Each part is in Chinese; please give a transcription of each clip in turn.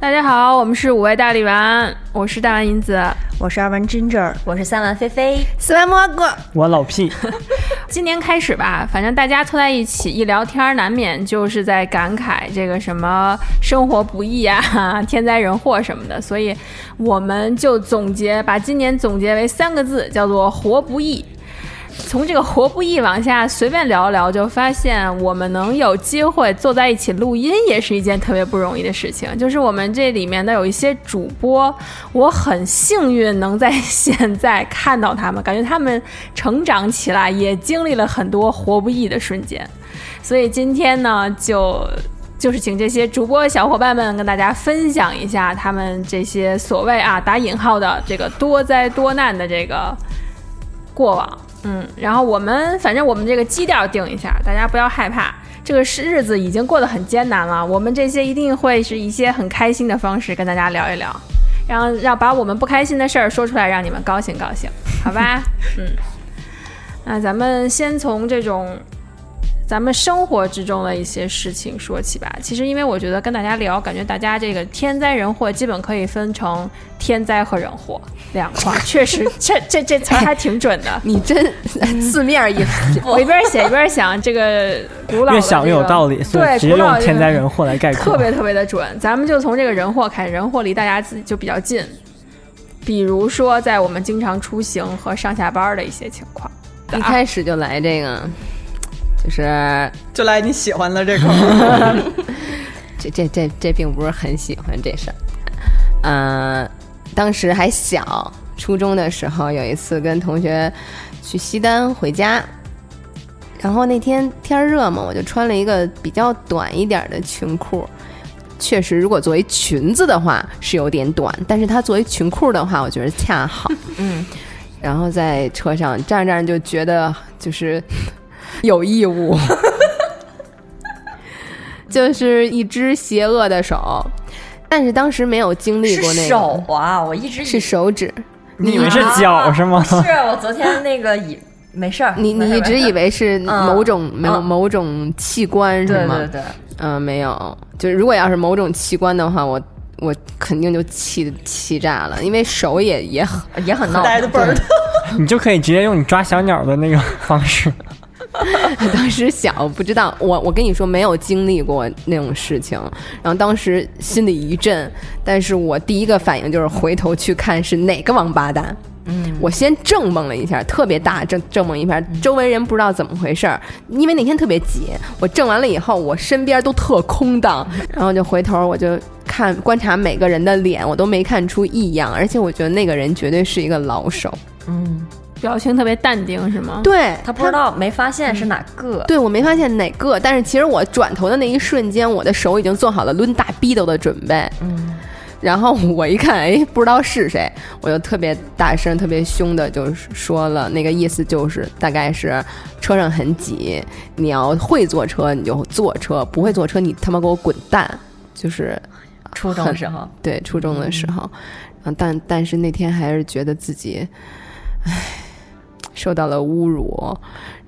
大家好，我们是五味大力丸，我是大丸银子。我是二丸 Ginger，我是三丸菲菲，死完蘑菇。我老屁，今年开始吧，反正大家凑在一起一聊天儿，难免就是在感慨这个什么生活不易啊、 天灾人祸什么的，所以我们就总结，把今年总结为三个字，叫做“活不易”。从这个“活不易”往下随便聊一聊，就发现我们能有机会坐在一起录音，也是一件特别不容易的事情。就是我们这里面的有一些主播，我很幸运能在现在看到他们，感觉他们成长起来，也经历了很多“活不易”的瞬间。所以今天呢，就就是请这些主播小伙伴们跟大家分享一下他们这些所谓啊打引号的这个多灾多难的这个过往。嗯，然后我们反正我们这个基调定一下，大家不要害怕，这个是日子已经过得很艰难了，我们这些一定会是一些很开心的方式跟大家聊一聊，然后让把我们不开心的事儿说出来，让你们高兴高兴，好吧？嗯，那咱们先从这种咱们生活之中的一些事情说起吧。其实，因为我觉得跟大家聊，感觉大家这个天灾人祸基本可以分成天灾和人祸两块儿，确实，这这这词儿还挺准的。你真哎字面意思， 我一边写一边想，这个 古老的这个越想越有道理，所以对，直接古老用的这个天灾人祸来概括特。别特别的准。咱们就从这个人祸开始，人祸离大家自己就比较近，比如说在我们经常出行和上下班的一些情况。一开始就来这个，就是就来你喜欢的这个， 这这这这并不是很喜欢这事儿。嗯、当时还小，初中的时候有一次跟同学去西单回家，然后那天天儿热嘛，我就穿了一个比较短一点儿的裙裤。确实，如果作为裙子的话是有点短，但是它作为裙裤的话，我觉得恰好。嗯，然后在车上站着站着就觉得就是有 义务。就是一只邪恶的手，但是当时没有经历是过那个手啊，我一直以是手指，你以为是啊脚是吗？是啊我昨天那个以没事儿，你啊没事你儿一直以为是嗯某种某嗯某种器官是对吗？对对，嗯，没有，就是如果要是某种器官的话，我我肯定就气气炸了，因为手也也很也很闹腾，待的倍儿 你就可以直接用你抓小鸟的那个 方式。当时小不知道，我我跟你说没有经历过那种事情，然后当时心里一震，但是我第一个反应就是回头去看是哪个王八蛋。嗯，我先正蒙了一下，特别大正正蒙一下，周围人不知道怎么回事儿，因为那天特别挤，我正完了以后，我身边都特空荡，然后就回头我就看观察每个人的脸，我都没看出异样，而且我觉得那个人绝对是一个老手，表情特别淡定是吗？对嗯他不知道没发现是哪个，对，我没发现哪个，但是其实我转头的那一瞬间，我的手已经做好了抡大逼斗的准备。嗯，然后我一看，哎，不知道是谁，我就特别大声、特别凶的，就是说了那个意思，就是大概是车上很挤，你要会坐车你就坐车，不会坐车你他妈给我滚蛋！就是初中的时候，对初中的时候，嗯，但但是那天还是觉得自己，唉，受到了侮辱，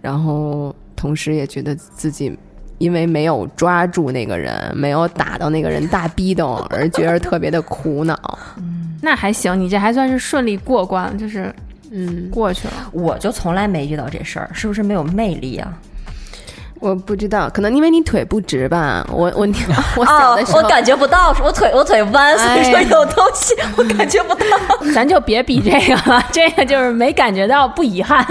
然后同时也觉得自己因为没有抓住那个人，没有打到那个人大逼斗，而觉得特别的苦 恼。那还行，你这还算是顺利过关，就是嗯，过去了。我就从来没遇到这事儿，是不是没有魅力啊？我不知道，可能因为你腿不直吧，我我我小哦的时，候我。感觉不到，我腿我腿弯，所以说哎有东西我感觉不 到。 咱就别比这个了，这个就是没感觉到不遗 憾，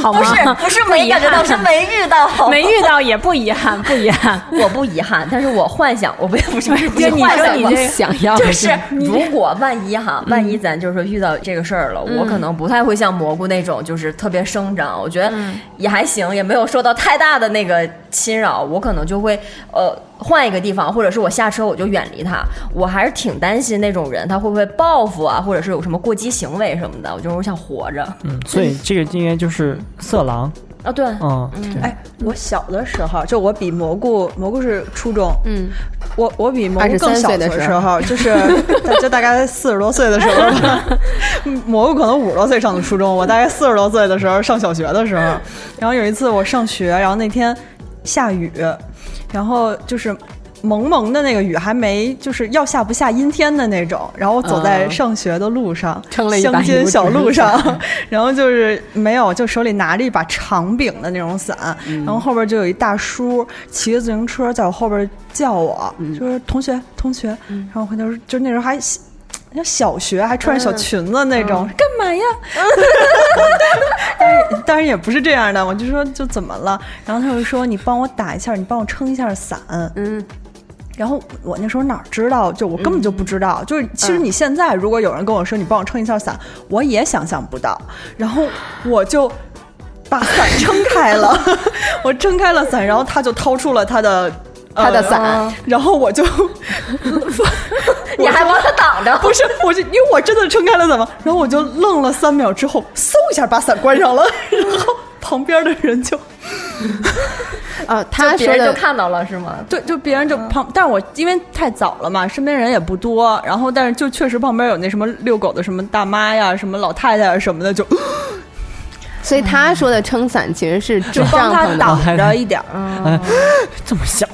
好吗？不是不是没遗憾感觉到，是没遇到，没遇到也不遗憾，不遗 憾。我不遗憾，但是我幻想，我不不是不是不是就你幻说想你我这个想要就是如果万一哈，万一咱就是说遇到这个事儿了，我可能不太会像蘑菇那种，就是特别生长。我觉得也还行，也没有受到太大的那个侵扰，我可能就会呃换一个地方，或者是我下车我就远离他。我还是挺担心那种人，他会不会报复啊，或者是有什么过激行为什么的。我就是我想活着嗯，所以这个应该就是色狼。啊，对，嗯，哎，我小的时候，就我比蘑菇，蘑菇是初中，嗯，我我比蘑菇更23小岁的时时候，就是 就大概四十多岁的时候吧， 蘑菇可能五十多岁上的初中，我大概四十多岁的时候上小学的时候，然后有一次我上学，然后那天下雨，然后就是蒙蒙的那个雨，还没就是要下不下阴天的那种。然后我走哦在上学的路上，撑了一把乡油间纸小路上，然后就是没有，就手里拿着一把长柄的那种伞，嗯然后后边就有一大叔骑着自行车在我后边叫我，嗯就是同学同学，然后回头就那时候还。像小学还穿嗯着小裙子那种，干嘛呀？ 当然也不是这样的，我就说就怎么了？然后他就说你帮我打一下，你帮我撑一下伞。嗯，然后我那时候哪知道，就我根本就不知嗯道。就是其实你现在如果有人跟我说你帮我撑一下伞，我也想象不到。然后我就把伞撑 开了，我撑开了伞，然后他就掏出了他的。呃他的伞，然后我就，嗯你还帮他挡着，不是，我就因为我真的撑开了伞嘛，然后我就愣了三秒之后，嗖一下把伞关上了，然后旁边的人就哦，他别说人就的看到了是吗？对，就别人就旁，但是我因为太早了嘛，身边人也不多，然后但是就确实旁边有那什么遛狗的什么大妈呀、什么老太太啊呀什么的，就所以他说的撑伞其实是就智帮障他很挡着一点儿。哦嗯，这么 小，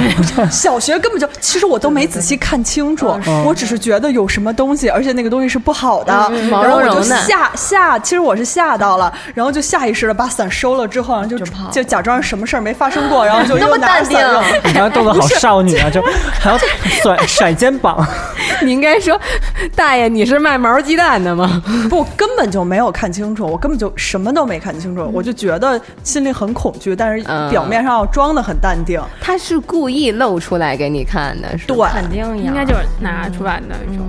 小学根本就，其实我都没仔细看清楚，我只是觉得有什么东西，而且那个东西是不好的，嗯毛然后我茸就茸的吓吓，其实我是吓到了，然后就下意识的把伞收了之后，然后就跑了就假装什么事儿没发生过，然后就那么又拿着伞淡定扔了你刚才动作好少女 啊，就还要甩甩肩膀，你应该说，大爷，你是卖毛鸡蛋的吗？不，根本就没有看清楚，我根本就什么都没看清楚，我就觉得心里很恐惧，但是嗯表面上要装的很淡定。他是故意露出来给你看的，是吧对，肯定呀，应该就是拿出来的那种。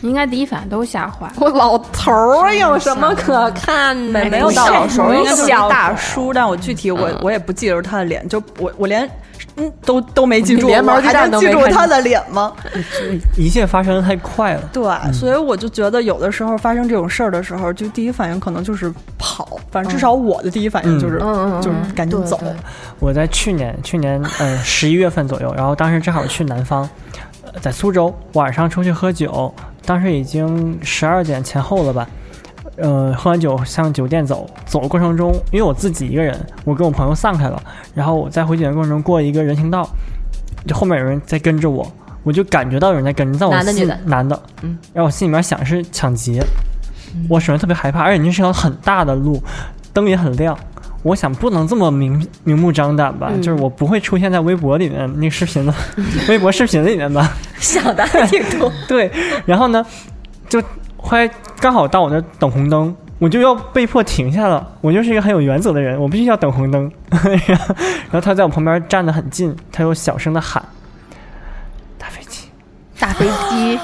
你应该第一反应都吓 坏，我老头儿有什么可看的？没有到老头，应该就是一小大叔，但我具体我嗯我也不记得他的脸，就我我连嗯都都没记你住，连我毛鸡还蛋能都记没住看嗯他的脸吗？一切发生的太快了。对，所以我就觉得有的时候发生这种事儿的时候，就第一反应可能就是跑，反嗯正至少我的第一反应就是嗯嗯嗯就是赶紧走。我在去年去年呃十一月份左右，然后当时正好去南方，呃在苏州晚上出去喝酒，当时已经十二点前后了吧。呃，喝完酒向酒店走，走的过程中，因为我自己一个人，我跟我朋友散开了，然后我在回酒店过程中过一个人行道，就后面有人在跟着我，我就感觉到有人在跟着，但我男的心女的男的，嗯，然后我心里面想是抢劫，嗯我首先特别害怕，而且那是条很大的路，灯也很亮。我想不能这么明明目张胆嗯吧，就是我不会出现在微博里面那个视 频的微博视频里面吧？想的还挺多。 对，然后呢，就后来刚好到我那儿等红灯，我就要被迫停下了。我就是一个很有原则的人，我必须要等红灯。 然后然后他在我旁边站得很近，他又小声的喊：“打飞机。”大飞机，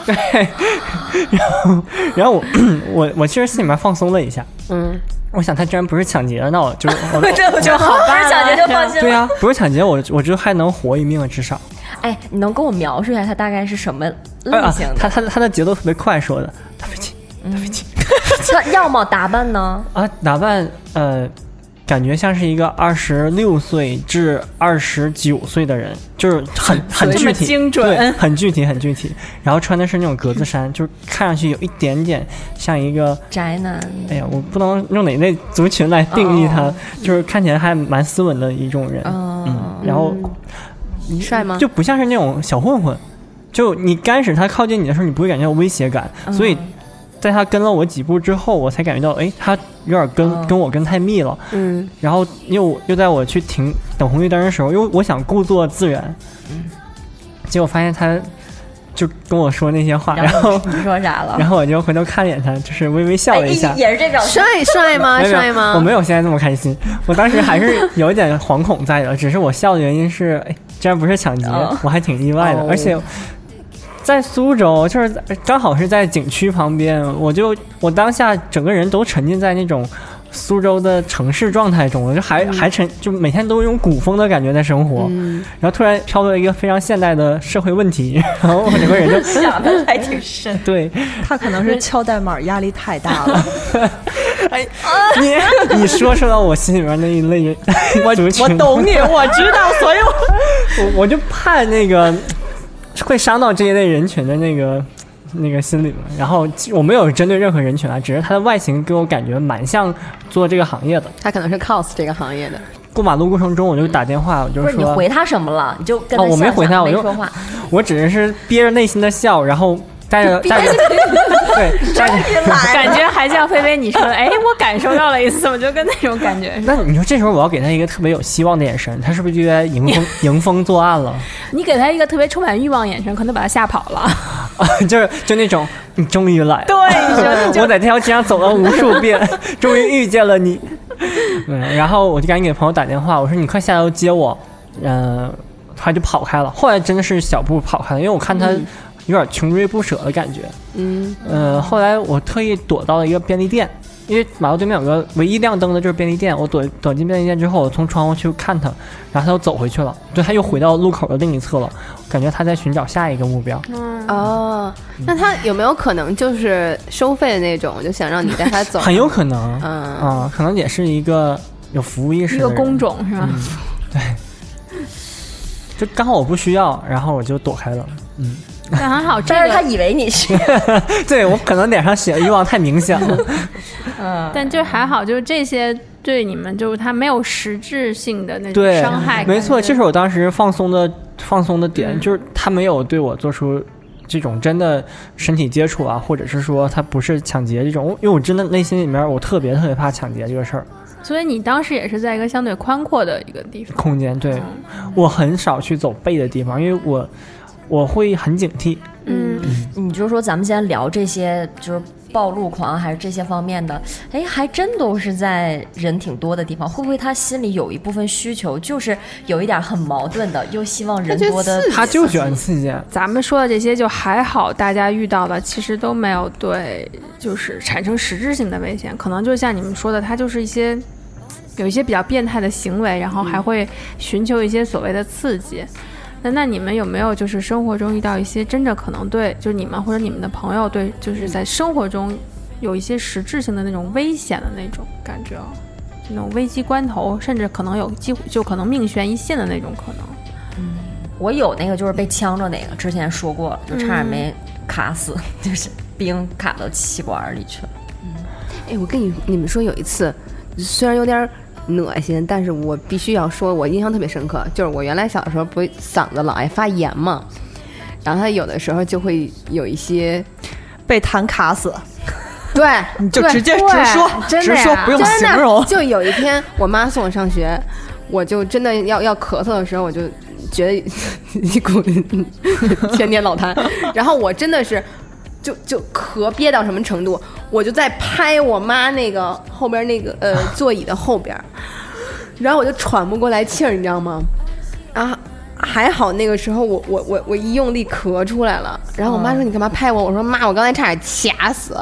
然后我我我其实心里面放松了一下，嗯，我想他既然不是抢劫，那我就我这我就好办了，想着就放心了。对呀、不是抢劫，我我就还能活一命啊，至少。哎，你能跟我描述一下它大概是什么哎类啊型，他的？他他的节奏特别快，说的打飞机，打飞机它要么打扮呢？啊，打扮呃，感觉像是一个二十六岁至二十九岁的人，就是很很这具么体，精准对，很具体，很具体。然后穿的是那种格 子衫，就是看上去有一点点像一个宅男，哎呀，我不能用哪类族群来定义哦他，就是看起来还蛮斯文的一种人，嗯， 然后嗯帅吗？就不像是那种小混混，就你干使他靠近你的时候，你不会感觉到威胁感，所以在他跟了我几步之后，我才感觉到，哎，他有点跟、跟我跟太密了，嗯，然后又又在我去停等红绿灯的时候，因为我想故作自然，结果发现他就跟我说那些话，然然后后你说啥了？然后我就回头看了一眼他，就是微微笑哎，了一下。也是这 种。帅帅吗？没有没啊帅有吗？我没有现在这么开心，我当时还是有一点惶恐在的，只是我笑的原因是，哎，竟然不是抢劫，哦我还挺意外的，哦而且。在苏州，就是刚好是在景区旁边，我就我当下整个人都沉浸在那种苏州的城市状态中了，就还、还沉，就每天都有一种古风的感觉在生活，然后突然飘到一个非常现代的社会问题，然后我整个人就，想的还挺深对，他可能是敲代码压力太大了，哎，你你说出了我心里面那一类人，我我懂 你，我知道，所以我我我就怕那个会伤到这一类人群的那个那个心理嘛。然后其实我没有针对任何人群啊，只是他的外形给我感觉蛮像做这个行业的。他可能是 cos 这个行业的，过马路过程中，我就打电话，我就不是你说，回他什么了？你就跟他哦我没笑回笑他我没就说话。我只是憋着内心的笑，然后带着带着对带着。感觉还像菲菲你说的，哎，我感受到了一次，我就跟那种感觉似的。那你说这时候我要给他一个特别有希望的眼神，他是不是就该迎风迎风作案了？ 你给他一个特别充满欲望眼神，可能把他吓跑了。啊， 就是就那种你终于来了，对，你 说我在这条街上走了无数遍， 终于遇见了你。嗯，然后我就赶紧给朋友打电话，我说你快下楼接我。嗯、他就跑开了。后来真的是小步跑开了，因为我看他嗯有点穷追不舍的感觉。嗯，呃，后来我特意躲到了一个便利店，因为马路对面有个唯一亮灯的就是便利店。我躲躲进便利店之后，我从窗户去看他，然后他又走回去了，对，他又回到路口的另一侧了。感觉他在寻找下一个目标。哦，嗯那他有没有可能就是收费的那种，就想让你带他走？ 很有可能，嗯啊，可能也是一个有服务意识一的个人嗯工，种 啊是吧？就刚好我不需要，然后我就躲开了。 但很好，这但是他个以为你是，对我可能脸上写的欲望太明 显了，但就是还好，就是这些对你们就是他没有实质性的那种对伤害，，没错，感觉嗯这是我当时放松的放松的点，就是他没有对我做出。这种真的身体接触啊，或者是说他不是抢劫这种，因为我真的内心里面我特别特别怕抢劫这个事儿。所以你当时也是在一个相对宽阔的一个地方。空间，对嗯我很少去走背的地方，因为我我会很警惕。嗯，你就说咱们先聊这些，就是暴露狂还是这些方面的，哎，还真都是在人挺多的地方。会不会他心里有一部分需求，就是有一点很矛盾的，又希望人多的？他就喜 欢刺激，啊咱们说的这些就还好，大家遇到的其实都没有对，就是产生实质性的危险。可能就像你们说的，它就是一些有一些比较变态的行为，然后还会寻求一些所谓的刺激。那那你们有没有就是生活中遇到一些真的可能对，就是你们或者你们的朋友对，就是在生活中有一些实质性的那种危险的那种感觉哦，那种危机关头，甚至可能有机会就可能命悬一线的那种可能。我有那个就是被呛着那个，之前说过了，就差点没卡死，就是冰卡到气管里去了。哎，我跟你你们说，有一次虽然有点儿恶心，但是我必须要说，我印象特别深刻，就是我原来小的时候不是嗓子老爱发炎嘛，然后他有的时候就会有一些， 被痰卡死， 对， 你就对直接对直说真的直说呀不用真的形容就有一天，我妈送我上学，我就真的要要咳嗽的时候，我就觉得 一股天天老痰，然后我真的是。就就咳憋到什么程度，我就在拍我妈那个后边那个 呃座椅的后边儿，然后我就喘不过来气儿，你知道吗？啊，还好那个时候我我我我一用力咳出来了，然后我嗯妈说你干嘛拍我？我说妈，我刚才差点卡死，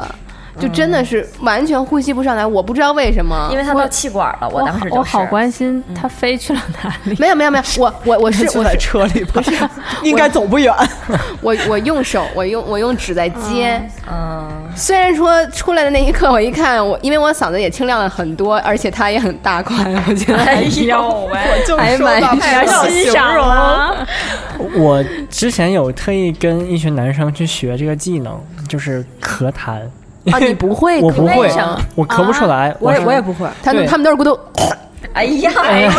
就真的是完全呼吸不上来，我不知道为什么，因为他到气管了，我当时就是啊我好关心他飞去了哪 里。没有没有没有，我我我是就我在是车里吧， 应该走不远。 我我用手，我用我用纸在接。嗯，虽然说出来的那一刻，我一看我，因为我嗓子也清亮了很多，而且它也很大块，我觉得哎呦喂，就还说蛮吧，不要形容。啊！我之前有特意跟一群男生去学这个技能，就是咳痰。啊，你不 会，我不会为什么，我咳不出来。我我也是我也不会，他 们对他们都是咕嘟，哎 呀，哎 呀，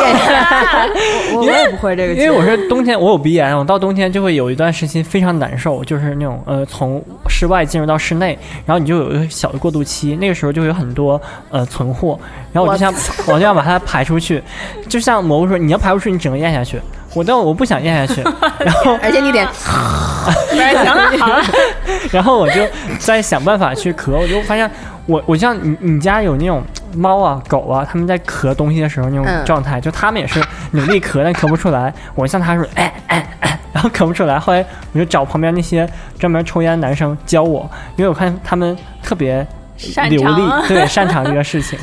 我也不会这个因技能，为我是冬天，我有鼻炎，我到冬天就会有一段时期非常难受，就是那种呃，从室外进入到室内，然后你就有一个小的过渡期，那个时候就会有很多呃存货，然后我就想， 我就想把它排出去，就像蘑菇说，你要排不出去，你只能咽下去，我但我不想咽下去，然后而且你得行了好了，然后我就在想办法去咳，我就发现我我像你你家有那种猫啊狗啊，它们在咳东西的时候那嗯种状态，就它们也是努力咳但咳不出来，我像它是哎哎哎，然后咳不出来，后来我就找旁边那些专门抽烟的男生教我，因为我看他们特别擅流利啊长，啊对，擅长这个事情，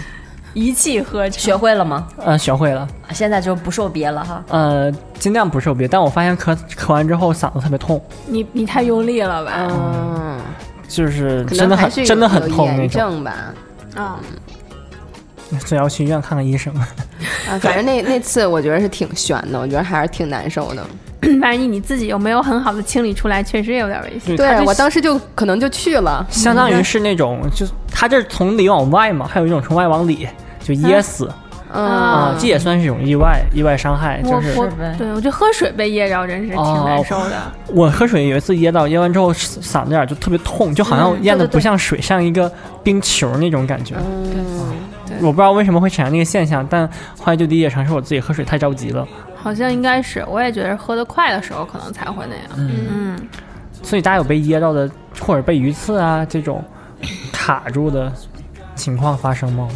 一气呵成。 学会了吗？嗯，学会了，现在就不受憋了哈。呃，尽量不受别，但我发现咳咳完之后嗓子特别痛，你你太用力了吧？嗯，就是可真能的还很是有啊真的很有痛那种，炎症吧。啊，所以要去医院看看医生。啊，反正那那次我觉得是挺悬的，我觉得还是挺难受的。嗯嗯万一你自己又没有很好的清理出来，确实也有点危险。对它对就我当时就可能就去了，嗯相当于是那种，就是它这是从里往外嘛，还有一种从外往里，就噎死。嗯啊，这也算是一种意外，意外伤害，我就是我呗对我觉得喝水被噎着真是挺难受的，我喝水有一次噎到，噎完之后嗓子眼儿就特别痛，就好嗯像咽的不像水，像一个冰球那种感觉。嗯啊我不知道为什么会产生那个现象，但后来就理解成是我自己喝水太着急了。好像应该是，我也觉得喝得快的时候可能才会那样。嗯所以大家有被噎到的，或者被鱼刺啊这种卡住的情况发生吗？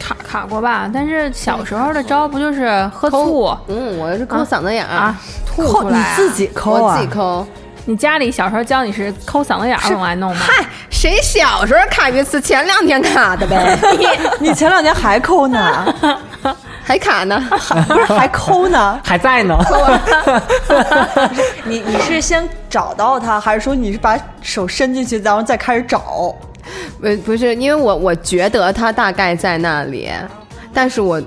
卡卡过吧，但是小时候的招不就是喝醋？嗯，我是抠嗓子眼儿啊，吐抠出来啊，你自己抠啊我自己抠。你家里小时候教你是抠嗓子眼儿往外弄吗？ 嗨，谁小时候卡鱼刺？前两天卡的 呗，你前两年还抠呢，还卡呢。不是还抠呢？还在呢，你你是先找到它，还是说你是把手伸进去，然后再开始找？不不是，因为我我觉得它大概在那里，但是我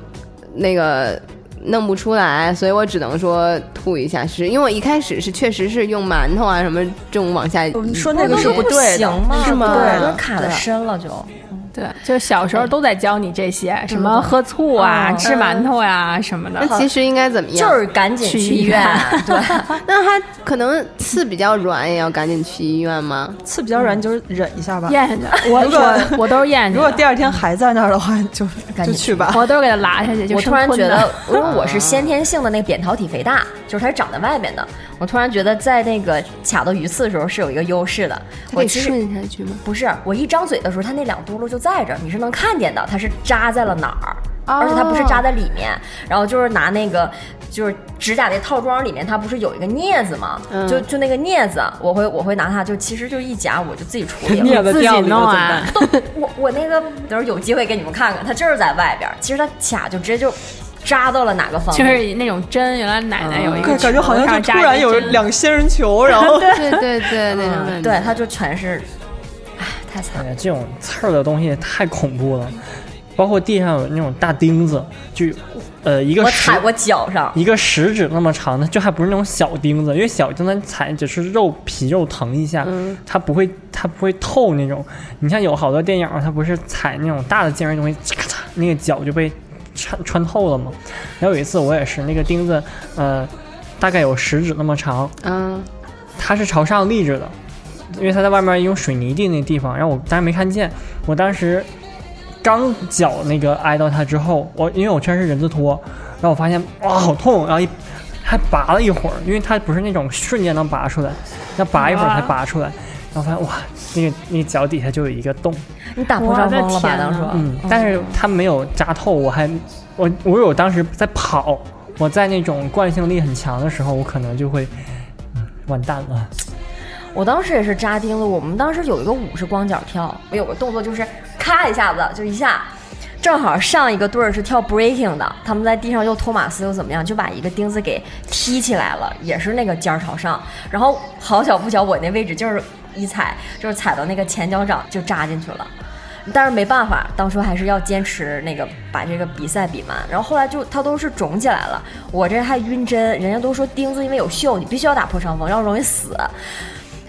那个弄不出来，所以我只能说吐一下试。因为我一开始是确实是用馒头啊什么这种往下，你说那个是不对的，行吗？是吗对，对都卡的深了就。对，就是小时候都在教你这些，嗯什么喝醋啊、嗯吃馒头呀、什么的。那其实应该怎么样？啊就是赶紧去去医医院院，对， 那它可能刺比较软，也要赶紧去医院吗？刺比较软，你就是忍一下吧。 咽下去，我如果我我都是咽如果下去第的，二天还在那儿的话，就赶就紧去吧。我都是给它拉下去，就我生突然吞觉的得，因为我是先天性的那个扁桃体肥大，就是它是长在外面的。我突然觉得，在那个卡到鱼刺的时候是有一个优势的。它我可以其实顺下去吗？不是，我一张嘴的时候，它那两嘟噜就在这儿，你是能看见的，它是扎在了哪儿，而且它不是扎在里面，然后就是拿那个就是指甲那套装里面，它不是有一个镊子吗？嗯就就那个镊子，我会我会拿它，就其实就一夹，我就自己处理 了。镊子自己掉里头弄怎么啊办？我我那个等会儿有机会给你们看看，它就是在外边儿，其实它卡就直接就扎到了哪个方 就面。是那种针，原来奶奶有一个嗯感球感觉好像上就扎突一然有针两个仙人球，然后对对对，那种感嗯觉。对，它就全是，哎，太惨哎了。呀，这种刺儿的东西太恐怖了，包括地上有那种大钉子，就呃一个我石踩过脚上，一个食指那么长的，就还不是那种小钉子，因为小钉子踩只是肉皮肉疼一下，嗯它不会它不会透那种。你像有好多电影儿，它不是踩那种大的尖锐东西，咔嚓，那个脚就被穿穿透了嘛。然后有一次我也是，那个钉子呃大概有食指那么长，嗯，它是朝上立着的，因为它在外面用水泥地那地方，然后我当时没看见，我当时刚脚那个挨到它之后，我因为我穿的是人字拖，然后我发现哇好痛，然后一还拔了一会儿，因为它不是那种瞬间能拔出来，要拔一会儿才拔出来，然后发现哇那个那个脚底下就有一个洞，你打破我伤的风了吧？天当时呐，嗯，但是它没有扎透，我还我我有当时在跑，我在那种惯性力很强的时候，我可能就会、嗯完蛋了。我当时也是扎钉子，我们当时有一个舞是光脚跳，我有个动作就是咔一下子就一下，正好上一个队儿是跳 breaking 的，他们在地上又托马斯又怎么样，就把一个钉子给踢起来了，也是那个尖儿朝上，然后好巧不巧我那位置就是一踩就是踩到那个前脚掌就扎进去了。但是没办法，当初还是要坚持那个把这个比赛比完。然后后来就它都是肿起来了，我这还晕针，人家都说钉子因为有锈，你必须要打破伤风，要不容易死。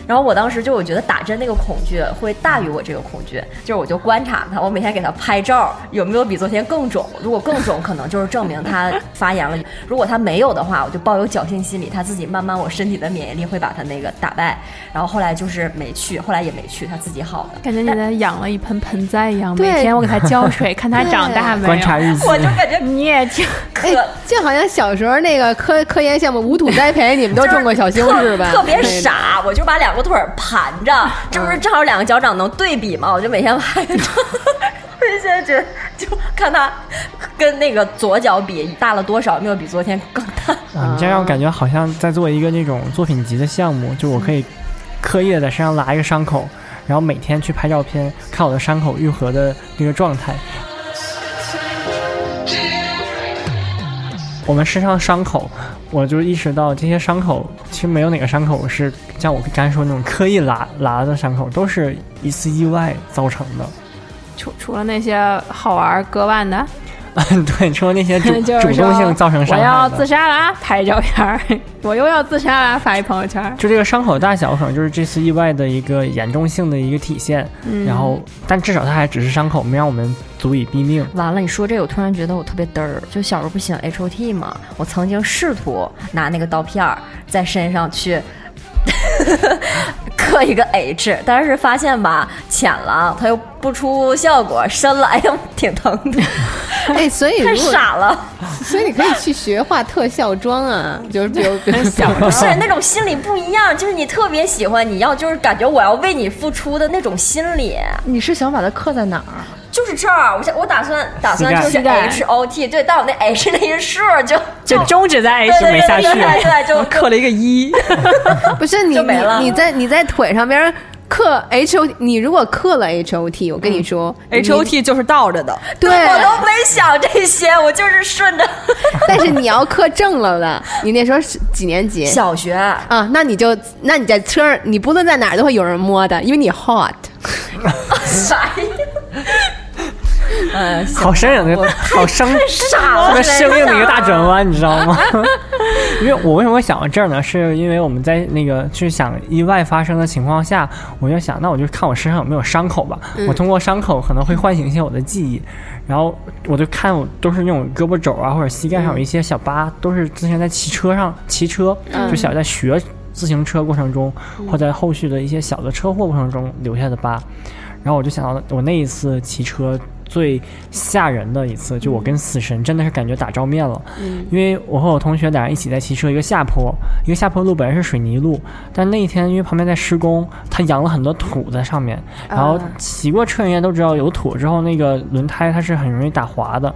然后我当时就我觉得打针那个恐惧会大于我这个恐惧，就是我就观察它，我每天给它拍照，有没有比昨天更肿？如果更肿，可能就是证明它发炎了； 如果它没有的话，我就抱有侥幸心理，它自己慢慢我身体的免疫力会把它那个打败。然后后来就是没去，后来也没去，它自己好的。感觉你在养了一盆盆栽一样，每对天我给它浇 水，看它长大没有。观察日记，我就感觉你也挺可哎，就好像小时候那个科科研项目无土栽培，你们都种过小西红就是柿 吧？特特别傻，我就把两个腿儿盘着，这不是正好两个脚掌能对比吗？我就每天拍照。 我就现在觉得，就看他跟那个左脚比大了多少，有没有比昨天更大。啊，你这样让我感觉好像在做一个那种作品集的项目，就我可以刻意的在身上拉一个伤口，然后每天去拍照片，看我的伤口愈合的这个状态。我们身上的伤口，我就意识到这些伤口其实没有哪个伤口是像我刚才说那种刻意拉拉的伤口，都是一次意外造成的。 除除了那些好玩割腕的，对，你说那些主 就是主动性说造成伤我要害自的。杀了啊，拍一照片儿； 我又要自杀了啊，发一朋友圈儿。就这个伤口大小，可能就是这次意外的一个严重性的一个体现。然后，但至少它还只是伤口，没让我们足以毙命。 完了，你说这，我突然觉得我特别嘚儿。就小时候不喜欢 H O T 嘛，我曾经试图拿那个刀片儿在身上去 刻一个 H，但是发现吧浅了，它又不出效果；深了，哎呀，挺疼的，哎，所以太如果，傻了。所以你可以去学画特效妆啊，就是比如比如小不是那种心理不一样，就是你特别喜欢，你要就是感觉我要为你付出的那种心理，你是想把它刻在哪儿？啊就是这儿。我想我打算打算就是膝盖 H O T，对，但我那 H 那一竖儿 就就终止在 H 对没下去。对对对，就刻了一个一，不是 你就没了你你在你在腿上边刻 H O，你如果刻了 H O T，我跟你说嗯 H O T 就是倒着的，对，我都没想这些，我就是顺 着 但是你要刻正了的，你那时候是几年级？小 学。啊，那你就那你在车上，你不论在哪儿都会有人摸的，因为你 hot。啥呀？嗯，好生硬的， 好生傻特了，别生硬的一个大转弯，你知道 吗？因为我为什么想到这儿呢？是因为我们在那个去想意外发生的情况下，我就想，那我就看我身上有没有伤口吧。嗯我通过伤口可能会唤醒一些我的记忆，然后我就看我都是那种胳膊肘啊或者膝盖上有嗯一些小疤，都是之前在骑车上骑车，嗯就小在学自行车过程中，或在后续的一些小的车祸过程中留下的疤。然后我就想到了我那一次骑车最吓人的一次，就我跟死神真的是感觉打照面了，嗯因为我和我同学俩人一起在骑车，一个下坡，一个下坡路本来是水泥路，但那一天因为旁边在施工，他扬了很多土在上面，然啊后骑过车人应该都知道，有土之后那个轮胎它是很容易打滑的，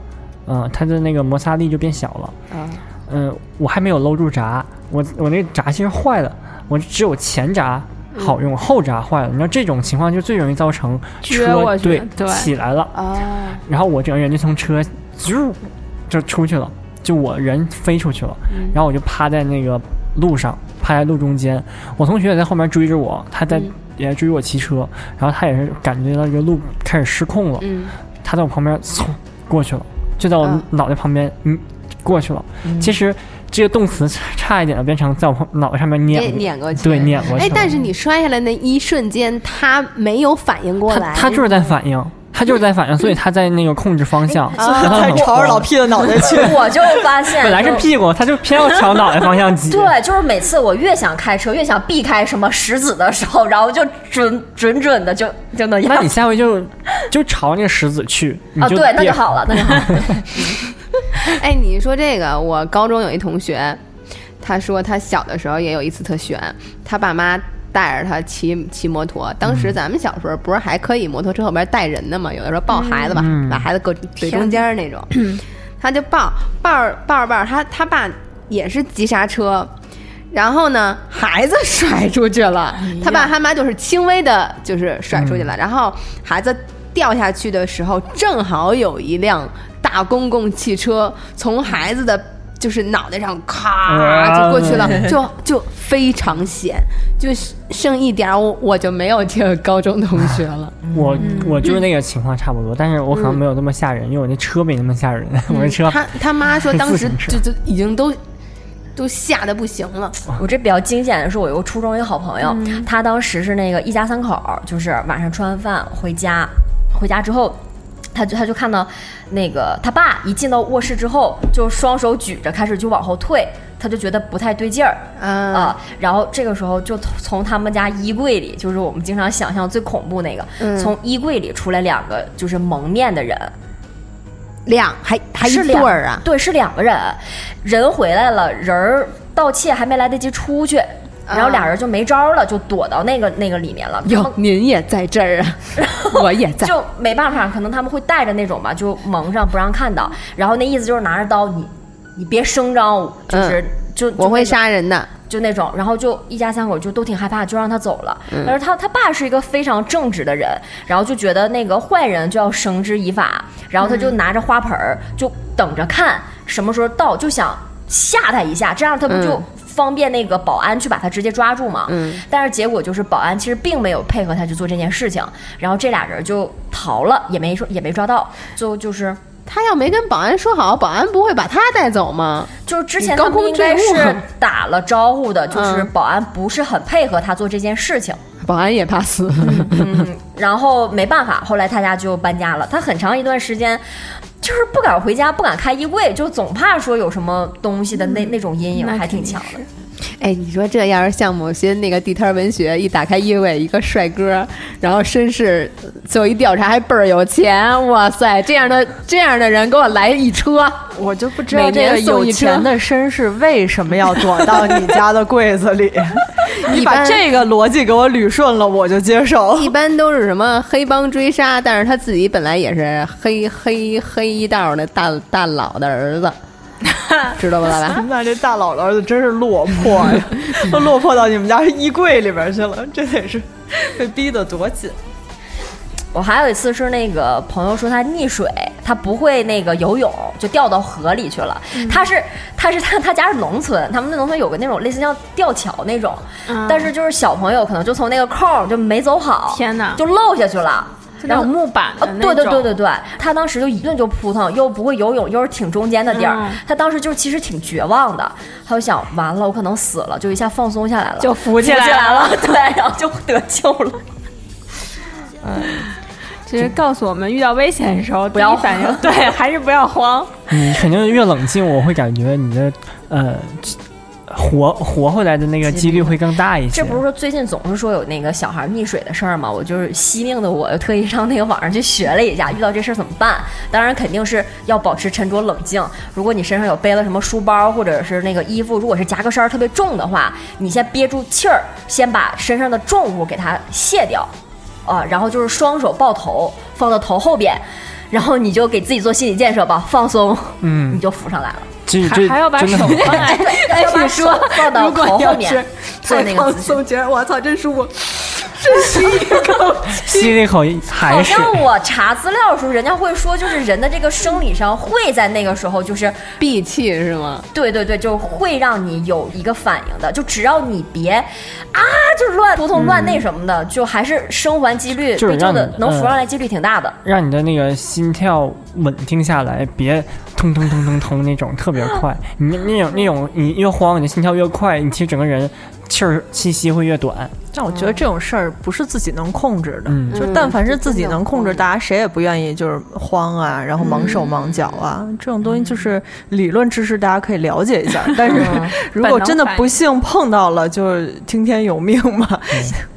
嗯，它的那个摩擦力就变小了。啊嗯，我还没有搂住闸，我我那闸芯儿坏了，我只有前闸好嗯用，后闸坏了。你知道这种情况就最容易造成撅车过去对对起来了，哦然后我整个人就从车就就出去了，就我人飞出去了，嗯然后我就趴在那个路上，趴在路中间，我同学也在后面追着我，他嗯在、也在追我骑车，然后他也是感觉到这个路开始失控了，嗯他在我旁边嗖过去了，就在我啊脑袋旁边，嗯，过去了。嗯其实这个动词差差一点变成在我旁脑袋上面也碾哎碾过去，对碾过去了。哎，但是你摔下来那一瞬间，他没有反应过他来，他就是在反应，他就是在反应，所以他在那个控制方向，哎 然后才很朝着老慌 P 的脑袋去。我就发现，本来是就。屁股，他就 偏要朝脑袋方向挤。对，就是每次我越想开车，越想避开什么石子的时候，然后就准准准的就就能要那你下回就就朝那个石子去，你啊，就对，那别就好了，那就好了。 哎，你说这个，我高中有一同学，他说他小的时候也有一次特悬，他爸妈带着他骑骑摩托。当嗯时咱们小时候不是还可以摩托车后边带人的嘛，有的时候抱孩子吧，嗯把孩子搁怼中间儿那种， 他就抱抱着抱着抱着，他他爸也是急刹车。然后呢，孩子 甩出去了，嗯他爸他妈就是轻微的，就是甩出去嗯了。然后孩子掉下去的时候，正好有一辆大公共汽车从孩子的就是脑袋上咔啊就过 去了，就就非常险，就剩一点儿我我就没有这个高中同学了。我嗯我就是那个情况差不多，但是我可能没有那么吓人，因为我那车没那么吓嗯人，我 那车他他妈说当时自就就已经都都吓得不行了，我这比较惊险的是，我有个初中一个好朋友，他当时是那个一家三口儿，就是晚上吃完饭回家，回家之后。他就他就看到，那个他爸一进到卧室之后，就双手举着开始就往后退，他就觉得不太对劲儿啊、嗯然后这个时候就从从他们家衣柜里，就是我们经常想象最恐怖那个，从衣柜里出来两个就是蒙面的人，两还还一是对两儿啊，对，是两个人，人回来了，人儿盗窃还没来得及出去。然后啊俩人就没招儿了，就躲到那个那个里面了。他哟们，您也在这 儿啊，我也在。就没办法，可能他们会带着那种吧，就蒙上不让看到。然后那意思就是拿着刀，你你别声张，就是、就就嗯我那会种杀人的，就那种，然后就一家三口就都挺害怕，就让他走了。但是他他爸是一个非常正直的人，然后就觉得那个坏人就要绳之以法，然后他就拿着花盆儿就等着看什么时候到，就想吓他一下，这样他不就方便那个保安去把他直接抓住嘛？但是结果就是保安其实并没有配合他去做这件事情，然后这俩人就逃了，也没说也没抓到，最后就是他要没跟保安说好，保安不会把他带走吗？就是之前你高他们空应该坠是物打了招呼的，就是嗯保安不是很配合他做这件事情， 保安也怕死，然后没办法，后来他家就搬家了。他很长一段时间就是不敢回家，不敢开衣柜，就总怕说有什么东西的那、那种阴影嗯那还挺肯定强的。 哎，你说这要是像某些那个地摊文学，一打开衣柜，一个帅哥，然后身世，最后一调查还倍儿有钱，哇塞，这样的这样的人给我来一 车，我就不知每道这年个送有一车钱的绅士为什么要躲到你家的柜子里。 你把般这个逻辑给我捋顺了，我就接 受。一般都是什么黑帮追杀，但是他自己本来也是黑黑黑道的大大佬的儿 子，知道吧， 老板？那这大佬的儿子真是落魄 呀，都落魄到你们家衣柜里边去了，这得是被逼得多紧。我还有一次是那个朋友说他溺水，他不会那个游泳，就掉到河里去了。嗯他是他是他他家是农村，他们那农村有个那种类似像吊桥那种，啊但是就是小朋友可能就从那个空儿就没走好，天哪就漏下去了。就那然后种木板的啊那对对对种对对，他当时就一顿就扑腾，又不会游泳，又是挺中间的地儿，嗯他当时就是其实挺绝望的，他就想完了，我可能死了，就一下放松下来了，就浮起起来来了，对，然后就得救了。这是告诉我们遇到危险的时候，不要反应，对，还是不要慌。你肯定越冷静，我会感觉你的呃活活回来的那个几率会更大一些。这不是说最近总是说有那个小孩溺水的事儿吗？我就是惜命的我，又特意上那个网上去学了一下，遇到这事儿怎么办？当然肯定是要保持沉着冷静。如果你身上有背了什么书包或者是那个衣服，如果是夹克衫儿特别重的话，你先憋住气儿，先把身上的重物给它卸掉，啊，然后就是双手抱头，放到头后边，然后你就给自己做心理建设吧，放松，你嗯，就浮上 来了。这还这还要把真的手很放 在，对，要把手放到哎如果头后要是面，做那个姿势。觉得我操真舒服，吸了一口海好水，像哦我查资料的时候，人家会说，就是人的这个生理上会在那个时候，就是闭气是吗？对对对，就会让你有一个反应的。就只要你别啊，就是乱扑通乱那什么的，就还是生还几率嗯就是被救让的你能浮上呃来几率挺大的。让你的那个心跳稳定下来，别通通通通通那种特别快。你那种那种你越慌，你的心跳越快，你其实整个人气儿气息会越短。但我觉得这种事儿不是自己能控制的，嗯就是但凡是自己能控制，大家谁也不愿意就是慌啊，然后忙手忙脚啊，这种东西就是理论知识大家可以了解一下，但是 如果真的不幸碰到了，就是听天由命嘛。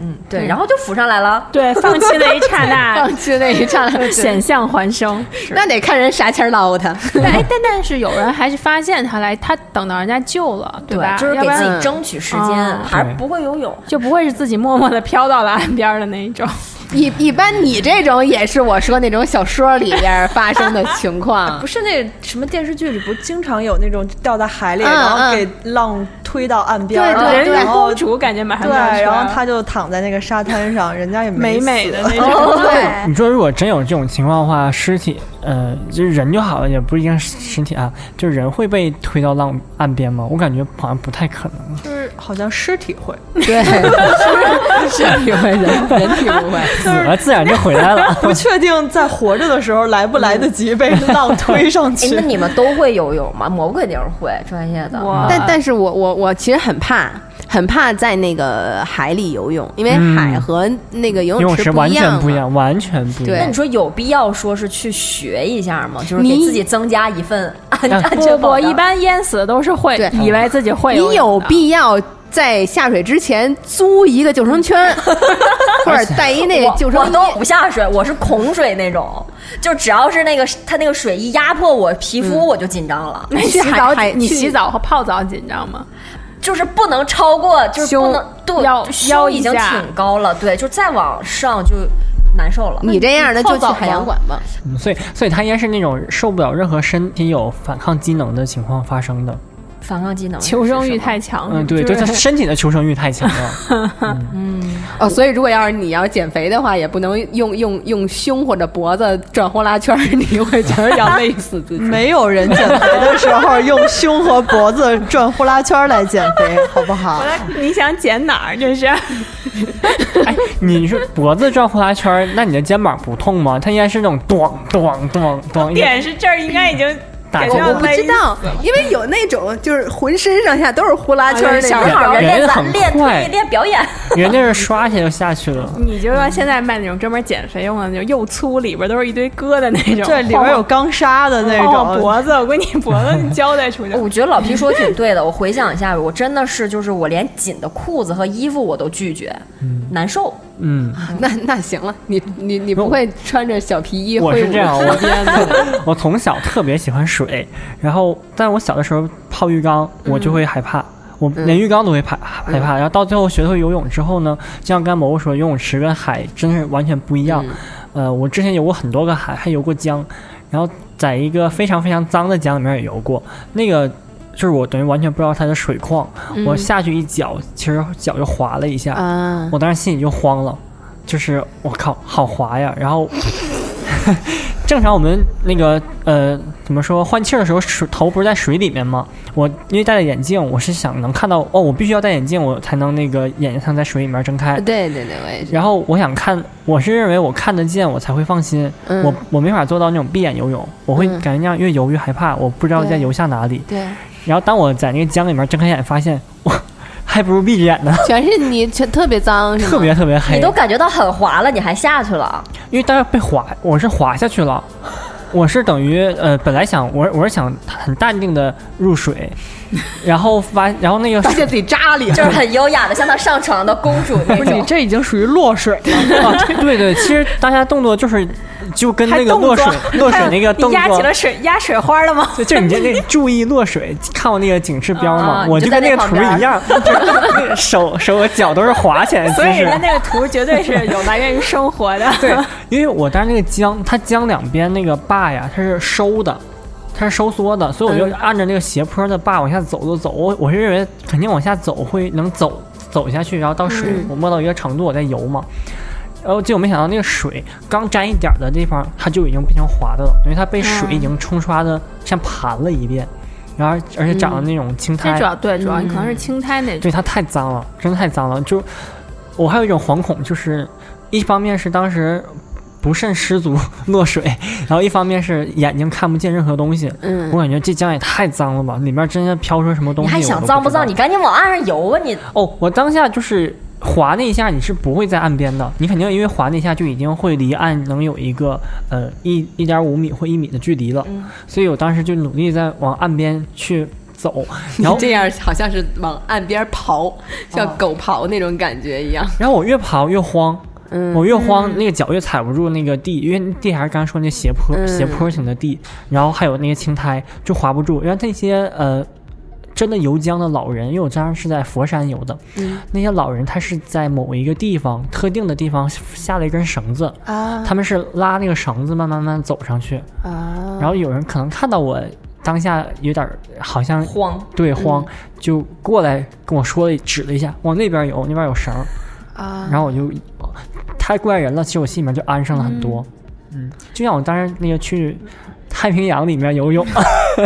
嗯，对，然后就浮上来了。对，放弃那一刹那，放弃那一刹那，险象环生。那得看人啥签捞他。但哎，但但是有人还是发现他来，他等到人家救了，对吧？就是啊要给不然自己争取时间哦嗯，还是不会游泳。就不会是自己默默的飘到了岸边的那一种。一一般你这种也是我说那种小说里边发生的情况 不，是那什么电视剧里不经常有那种掉在海里，嗯然后嗯给浪推到岸边，对然后对人鱼然后公主感觉马上对，就要出来然后了他就躺在那个沙滩上，人家也美死美的那哦种，对，你说如果真有这种情况的话，尸体呃就是人就好了，也不一定是尸体啊，就是人会被推到浪岸边吗？我感觉好像不太可 能。 就是好像尸体会。对， 是是 体会人人体不会。死了自然就回来了。不确定在活着的时候来不来得及被浪推上哎去，那。你们都会游泳吗？蘑菇肯定是会，专业 的。我但但是我我我其实很怕，很怕在那个海里游泳，因为海和那个游嗯游泳池池完一全样不一嘛。样，完全不一对那样你。说有必要说是去学一下吗？就是给你自己增加一份安啊安不全不，保障。一般淹死的都是会对以为自己会你有有必要在下水之前租一个救生 圈，或者带一那哎我救生我衣？都不下水，我是恐水那种，就只要是那个它那个水一压迫我皮嗯肤，我就紧张了， 你去洗海澡海紧，你去洗澡和泡澡紧张吗？就是不能超过，就是不胸能对，腰就腰胸一已经下挺高了，对，就再往上就难受了。你这样的就去泡澡海洋吗馆吧。嗯所以，所以他应该是那种受不了任何身体有反抗机能的情况发生的。反抗技能求生啊是欲什么太强了，嗯，对，就对他是身体的求生欲太强 了。哦，所以如果要是你要减肥的话，也不能用用用胸或者脖子转呼啦圈儿， 你会觉得要累死自己。没有人减肥的时候用胸和脖子转呼啦圈来减肥，好不 好？ 你想减哪儿？这是哎，你是脖子转呼啦圈儿，那你的肩膀不痛吗？它应该是那种咚咚咚咚，应该 点是这儿应该已经打感结觉果到我不知道，因为有那种就是浑身上下都是呼啦圈儿那种小人孩儿人练很咱练快推练 表演，人家是刷一下就下去了。你就说现在卖那种专门减肥用的，就又粗，里边都是一堆疙瘩那种，这里边有钢沙的那晃晃种，脖子，我给你脖子交代出去。我觉得老皮说挺对的。我回想一下，我真的是就是我连紧的裤子和衣服我都拒绝，难受。嗯，那那行了，你你你不会穿着小皮衣我挥是舞这样，河边的？我我从小特别喜欢水，然后但我小的时候泡浴缸，我就会害怕。我连浴缸都会怕害怕，然后到最后学会游泳之后呢，就像刚才蘑菇说，游泳池跟海真是完全不一样。呃，我之前游过很多个海，还游过江，然后在一个非常非常脏的江里面也游过，那个就是我等于完全不知道它的水况，嗯我下去一脚，其实脚就滑了一下，啊，我当时心里就慌了，就是我靠，好滑呀！然后 正常我们那个呃，怎么说换气儿的时候，水头不是在水里面吗？我因为戴了眼镜，我是想能看到哦，我必须要戴眼镜，我才能那个眼睛才能在水里面睁开。啊对对对，我也是。然后我想看，我是认为我看得见，我才会放心。嗯我我没法做到那种闭眼游泳，我会嗯感觉那样越游越害怕，我不知道在对游向哪里。对，然后当我在那个江里面睁开眼，发现我还不如闭着眼呢，全是你，全特别脏，是吗特别特别黑。你都感觉到很滑了，你还下去了？因为当时被滑，我是滑下去了，我是等于呃，本来想我我是想很淡定的入水，然后发，然后那个发现自己扎里，就是很优雅的，像她上床的公主那不是你种。这已经属于落水了。 啊对对，其实大家动作就是就跟那个落水落水那个 动你压起作了。水压水花了吗？就就你这那注意落水，看我那个警示标嘛，啊我你就跟那在个那图旁边一样， 就是那个手手和脚都是滑起来的姿 所以势人家。那个图绝对是有来源于生活的。 对，因为我当时那个江，它江两边那个坝呀，它是收的，它是收缩的，所以我嗯就按着那个斜坡的坝往下走走走。我我是认为肯定往下走会能走走下去，然后到水、嗯我摸到一个程度我再游嘛。然后结果没想到那个水刚沾一点儿的地方，它就已经变成滑的了，因为它被嗯水已经冲刷的像盘了一遍，然后而且长了那种青苔。这主要对，主要可能是青苔那种。对，它太脏了，真的太脏了。就我还有一种惶恐，就是一方面是当时不慎失足落水， 然后一方面是眼睛看不见任何东西。嗯我感觉这江也太脏了吧，里面真的飘出什么东你西我还都知道？想脏不脏？你赶紧往岸上游啊！你哦，我当下就是划那一下，你是不会在岸边的，你肯定因为划那一下就已经会离岸能有一个呃一一点五米或一米的距离了，嗯所以我当时就努力在往岸边去 走，然后这样好像是往岸边刨，像狗刨那种感觉一样。然后我越跑越慌，嗯我越慌，那个脚越踩不住那个地，因为地还是刚刚说那斜坡、嗯斜坡型的地，然后还有那些青苔就滑不住。然后那些呃，真的游江的老人，因为我当时是在佛山游的，嗯那些老人他是在某一个地方特定的地方下了一根绳子，啊他们是拉那个绳子慢慢慢慢走上去，啊！然后有人可能看到我当下有点儿好像慌，对慌，就过来跟我说了指了一下，往那边游，那边有绳儿啊。然后我就太过来人了，其实我心里面就安上了很多。嗯就像我当时那个去太平洋里面游泳，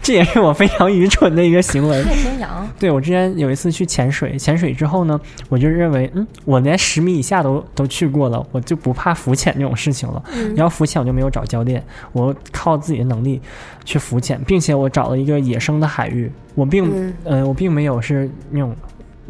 这也是我非常愚蠢的一个行为。太平洋对我之前有一次去潜水，潜水之后呢，我就认为，嗯，我连十米以下都都去过了，我就不怕浮潜这种事情了。嗯然后浮潜我就没有找教练，我靠自己的能力去浮潜，并且我找了一个野生的海域，我并、嗯呃我并没有是那种。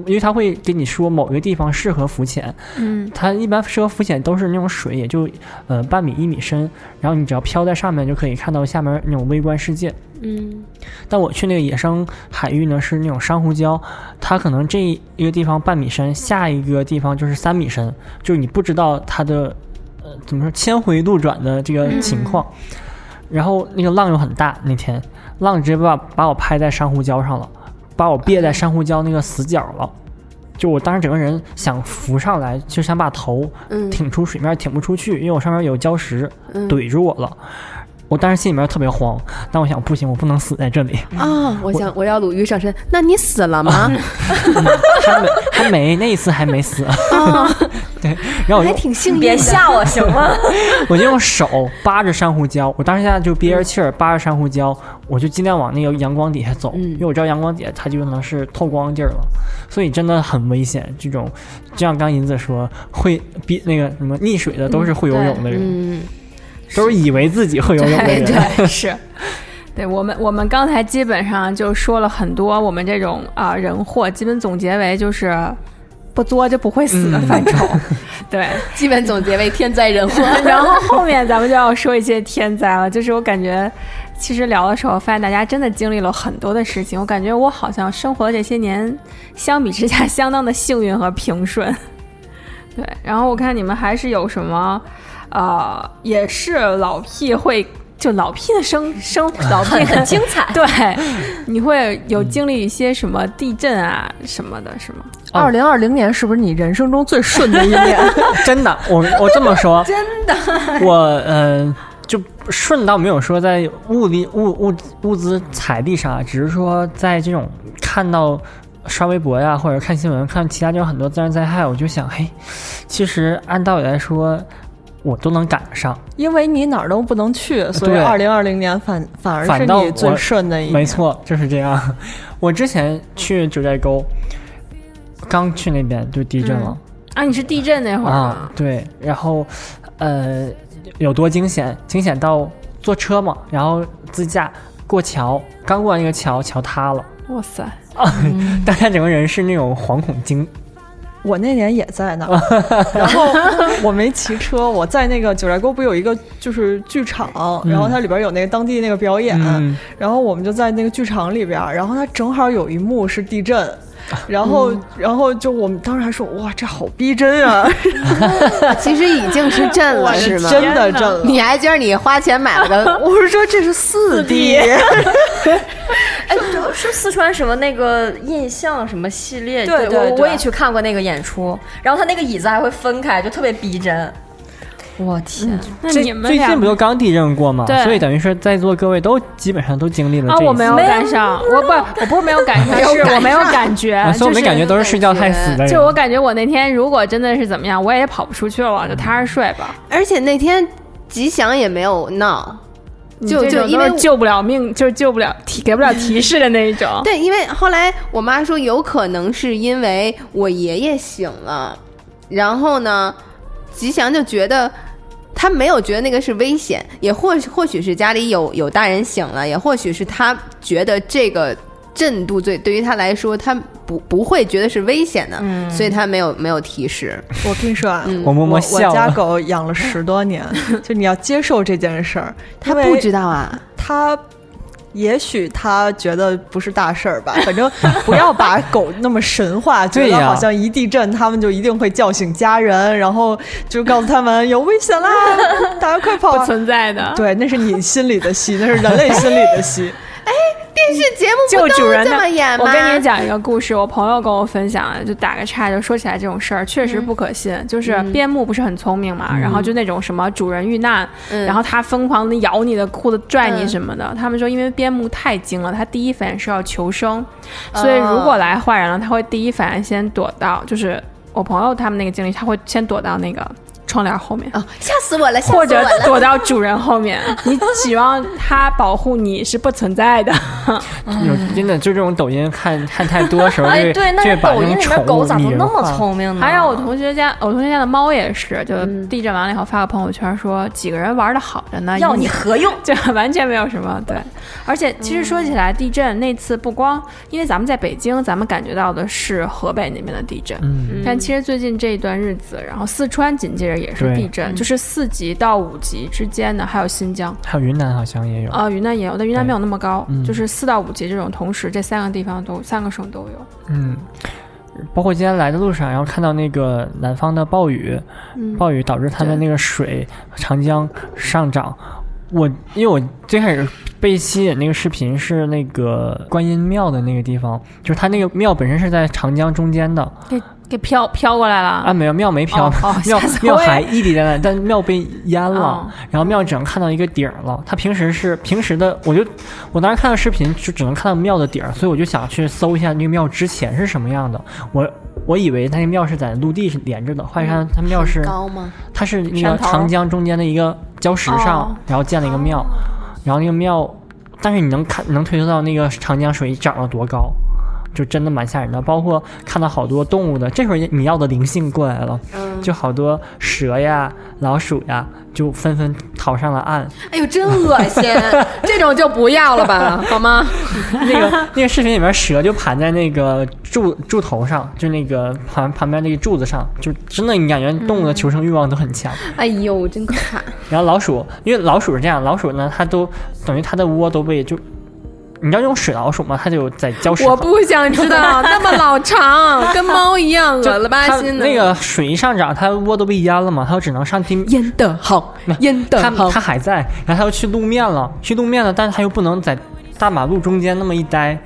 因为他会给你说某一个地方适合浮潜，嗯，它一般适合浮潜都是那种水也就呃半米一米深，然后你只要飘在上面就可以看到下面那种微观世界。嗯，但我去那个野生海域呢，是那种珊瑚礁，它可能这一个地方半米深，下一个地方就是三米深，就是你不知道它的呃怎么说千回路转的这个情况。然后那个浪又很大，那天浪直接把把我拍在珊瑚礁上了，把我别在珊瑚礁那个死角了。就我当时整个人想浮上来，就想把头嗯挺出水面，挺不出去，因为我上面有礁石怼住我了。我当时心里面特别慌，但我想不行，我不能死在这里。啊！我想我要鲁豫上身，那你死了吗？还没还没那一次还没 死，哦对，然后我还就挺幸运别的。吓我行 吗？我就用手扒着珊瑚礁，我当时现在就憋着气儿扒着珊瑚礁，我就尽量往那个阳光底下嗯走，因为我知道阳光底下它就可能是透光劲儿了，所以真的很危险。这种就像刚银子说，会比那个什么溺水的都是会游泳的人，嗯，都是以为自己会游泳的对人。对是。对我们，我们刚才基本上就说了很多我们这种啊、人祸，基本总结为就是不作就不会死的范畴。对，基本总结为天灾人祸。 然后后面咱们就要说一些天灾了，就是我感觉。其实聊的时候，发现大家真的经历了很多的事情。我感觉我好像生活的这些年，相比之下相当的幸运和平顺。 对，然后我看你们还是有什么，呃，也是老屁会，就老屁的生生老 屁很精彩对，你会有经历一些什么地震啊什么的，是吗？二零二零年是不是你人生中最顺的一年？ 真的，我我这么说， 真的，我呃就顺道没有说在物力物物物资财力上啊，只是说在这种看到刷微博呀，或者看新闻，看其他这种很多自然灾害，我就想，嘿，其实按道理来说，我都能赶上， 因为你哪儿都不能去，所以对二零二零年反反而是反倒你最我顺的一年。没错，就是这样。 我之前去九寨沟，刚去那边就地震了。啊，你是地震那会儿啊吗，？对，然后呃有多惊险？惊险到坐车嘛，然后自驾过桥，刚过完那个桥，桥塌了， 哇塞，大家整个人是那种惶恐惊，我那年也在 那儿，然后我没骑车，我在那个九寨沟不有一个就是剧场，然后它里边有那个当地那个表演，嗯然后我们就在那个剧场里边，然后它正好有一幕是地震。 然后，嗯然后就我们当时还说，哇，这好逼 真啊！ 其实已经是震了，是嗯吗？真的震了。你还觉得你花钱买了个我是说这是四 D， 哎，是四川什么那个印象什么系列？对对我对我也去看过那个演出，然后他那个椅子还会分开，就特别逼真。嗯我天，那这你们最俩近不就刚地震过吗对？所以等于是在座各位都基本上都经历了啊，这一我没有次赶上，我不，我不是没有赶上，是我没有感觉啊，，所以我就们是感觉都是睡觉太死的人。就我感觉我那天如果真的是怎么样，我也跑不出去了，就踏实睡吧。而且那天吉祥也没有闹，就你这就种因都为是救不了命，就是救不了提给不了提示的那一种。对，因为后来我妈说有可能是因为我爷爷醒了，然后呢，吉祥就觉得。他没有觉得那个是危险，也或或许是家里有有大人醒了，也或许是他觉得这个震度最对于他来说，他不不会觉得是危险的，嗯所以他没有没有提示。我跟你说啊，我默默我笑家 了，狗养了十多年， 就你要接受这件事儿，他不知道啊，他也许他觉得不是大事儿吧， 反正不要把狗那么神话，觉对得呀好像一地震他们就一定会叫醒家人，然后就告诉他们有危险啦，大家快跑不啊！存在的，对，那是你心 里的戏，那是人类心里的戏。电视节 目救不主都人这的么演。吗？我跟你讲一个故事，我朋友跟我分享，就打个岔，就说起来这种事儿，确实嗯不可信。就是边牧不是很聪明嘛，然后就那种什么主人遇难，嗯然后他疯狂的咬你的裤子、拽你什么的。他们说，因为边牧太精了，他第一反应是要求生，所以如果来坏人了，他会第一反应先躲到，就是我朋友他们那个经历，他会先躲到那个窗帘后面。哦，吓死我了，吓死或我者了。躲到主人后面，你指望他保护你是不存在的。有真的就这种抖音看看太多的时候，就 哎，会对，那就会是把抖音里这种面宠狗物咋都拟人那么化聪明呢？还有我同学家，我同学家的猫也是，就地震完了以后发个朋友圈说，几个人玩的好着呢，要一你何用？ 就完全没有什么对。而且其实说起来，地震那次不光因为咱们在北京，咱们感觉到的是河北那边的地震，嗯，但其实最近这一段日子，然后四川紧接着也是对地震，就是四级到五级之间的，还有新疆。还有云南好像也有，啊，云南也有，但云南嗯对没有那么高，嗯就是四到五级这种，同时这三个地方都三个省都有。嗯，包括今天来的路上，然后看到那个南方的暴雨，暴雨导致他们那个水长江上涨。我因为我最开始被吸引那个视频是那个观音庙的那个地方，就是它那个庙本身是在长江中间的，那给飘飘过来了啊，没有庙没飘，哦 哦庙吓死我庙了还一滴在那，但庙被淹了，哦然后庙只能看到一个顶儿了。他平时是平时的，我就我当时看到视频就只能看到庙的顶儿，所以我就想去搜一下那个庙之前是什么样的。我我以为那个庙是在陆地是连着的，后来看它庙是高吗？它是那山个头长江中间的一个礁石上，哦然后建了一个庙，然后那个庙，但是你能看能推测到那个长江水涨了多高，就真的蛮吓人的。包括看到好多动物的，这会儿你要的灵性过来了，嗯就好多蛇呀、老鼠呀，就纷纷逃上了岸。 哎呦，真恶 心！这种就不要了吧，好吗？那个那个视频里面，蛇就盘在那个柱柱头上，就那个旁旁边那个柱子上，就真的你感觉动嗯物的求生欲望都很强。哎呦，真可怕！然后老鼠，因为老鼠是这样，老鼠呢，它都等于它的窝都被就，你知道用水老鼠吗？它就在浇水。 我不想知道，那么老长，跟猫一样，恶了吧它心的。那个水一上涨，它窝都被淹了嘛，它就只 能上地。腌的好，腌的它好它，还在，然后它又去路面了，去路面了，但是它又不能在大马路中间那么一 待，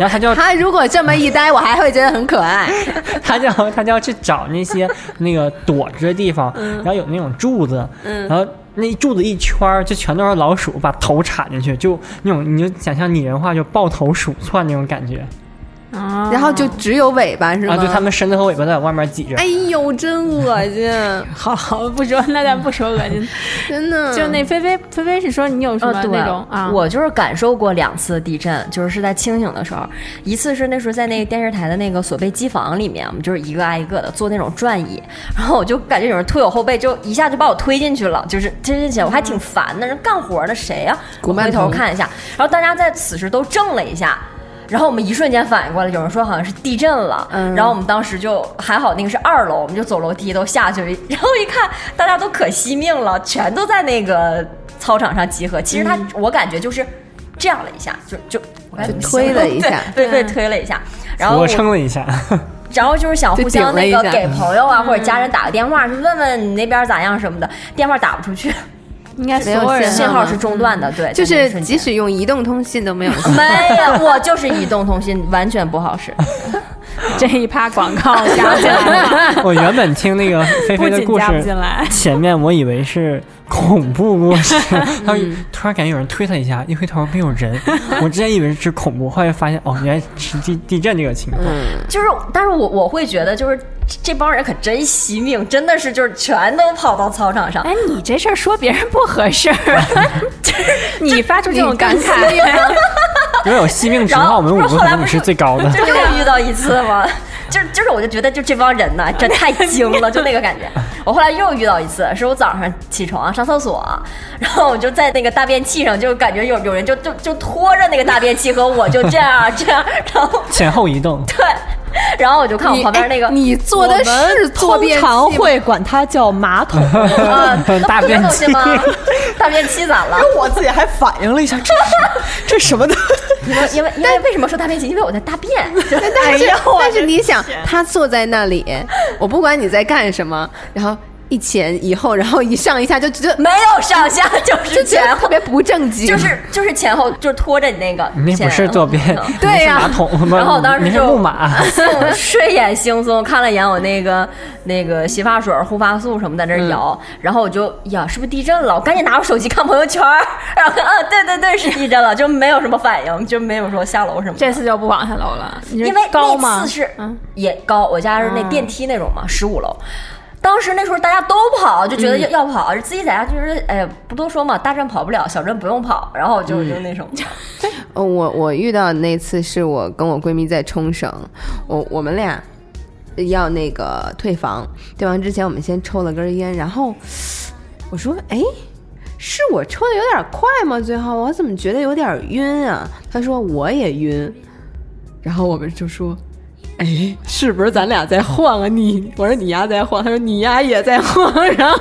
然后它就要他如果这么一呆，我还会觉得很可爱。 他就要他就要去找那些那个躲着的地方，嗯然后有那种柱子，然后那柱子一圈儿就全都是老鼠，把头插进去，就那种你就想象拟人化，就抱头鼠窜那种感觉啊然后就只有尾巴是吗？啊！就他们身子和尾巴在外面挤着哎。呦，真恶心，好好不说，那咱不说恶 心。真的。就那菲菲，菲菲是说你有什么嗯呃，对那种啊？我就是感受过两次地震，就是是在清醒的时候，一次是那时候在那个电视台的那个所谓机房里面，我们就是一个挨一个的坐那种转椅，然后我就感觉有人推我后背，就一下就把我推进去了，就是推进去了，我还挺烦的，人干活呢，谁呀、古我曼回头童看一下，然后大家在此时都怔了一下。然后我们一瞬间反应过来，有人说好像是地震了，嗯然后我们当时就还好，那个是二楼，我们就走楼梯都下去了，然后一看大家都可惜命了，全都在那个操场上集合。其实他、我感觉就是这样了一下，就就我该怎么嗯就推形容了一下嗯对对对，推了一下，然后我撑了一下， 然后就是想互相那就顶了个一下给朋友啊或者家人打个电话，就问问你那边咋样什么的，电话打不出去，应该所没有人信信号是中断的，对，就在那一是瞬即间使用移动通信都 没有用。没有，我就是移动通信，完全不好使。这一趴广告哦加起 来了，我原本听那 个菲不菲的仅故加不进事，来，前面我以为是恐怖故 事，他突然感觉有人推他一下，一回头没有人，我之前以为是恐怖，后来发现哦，原来是地地震这个情况。就是，但是我我会觉得，就是这这帮人可真惜命，真的是就是全都跑到操场上。哎，你这事儿说别人不合适儿， 你发出这种感你慨，如果有惜命之然话，后我们五不个是后可来能不你是是最高的。就又遇到一次嘛，就是就是，我就觉得就这帮人呐，真太精了，就那个感觉。我后来又遇到一次，是我早上起床上厕所，然后我就在那个大便器上，就感觉有有人就就就拖着那个大便器和我就这样这样，然后前后移动， 对，然后我就看我旁边那个哎你做的是坐通便器常吗会管它叫马桶。啊，那不大是便东西器吗？大便器咋了？我自己还反应了一下，这是这什么的？因为因为因为为什么说大便器？因为我在大 便。但 是但是你想，他坐在那里，我不管你在干什么，然后一前一后，然后一上一下，就觉得没有上下，就就是觉前得特后，别不正经。就是就是前后，就是拖着你那个，嗯你那不是坐便，你对是呀 马桶不然后当时你是就木马，嗯睡眼惺忪看了一眼我那个那个洗发水、护发素什么在嗯那儿摇，然后我就呀，是不是地震了？我赶紧拿我手机看朋友圈儿，然后看啊，对对对，是地震了，就没有什么反应，就没有说下楼什么的。这次就不往下楼了，因因为高吗那次？是嗯也高，我家是嗯那电梯那种嘛，十五楼。当时那时候大家都跑，就觉嗯得要要跑，自己在家就是哎呀，不多说嘛，大镇跑不了，小镇不用跑，然后我就嗯我就那什么，呃我我遇到的那次是我跟我闺蜜在冲绳，我我们俩要那个退房，退房之前我们先抽了根烟，然后 我说，哎，是我抽的有点快吗？最后我怎么觉得有点晕啊？她说我也晕，然后我们就说。 哎，是不是咱俩在晃啊？你，我说你丫在晃，她说你丫也在晃。然后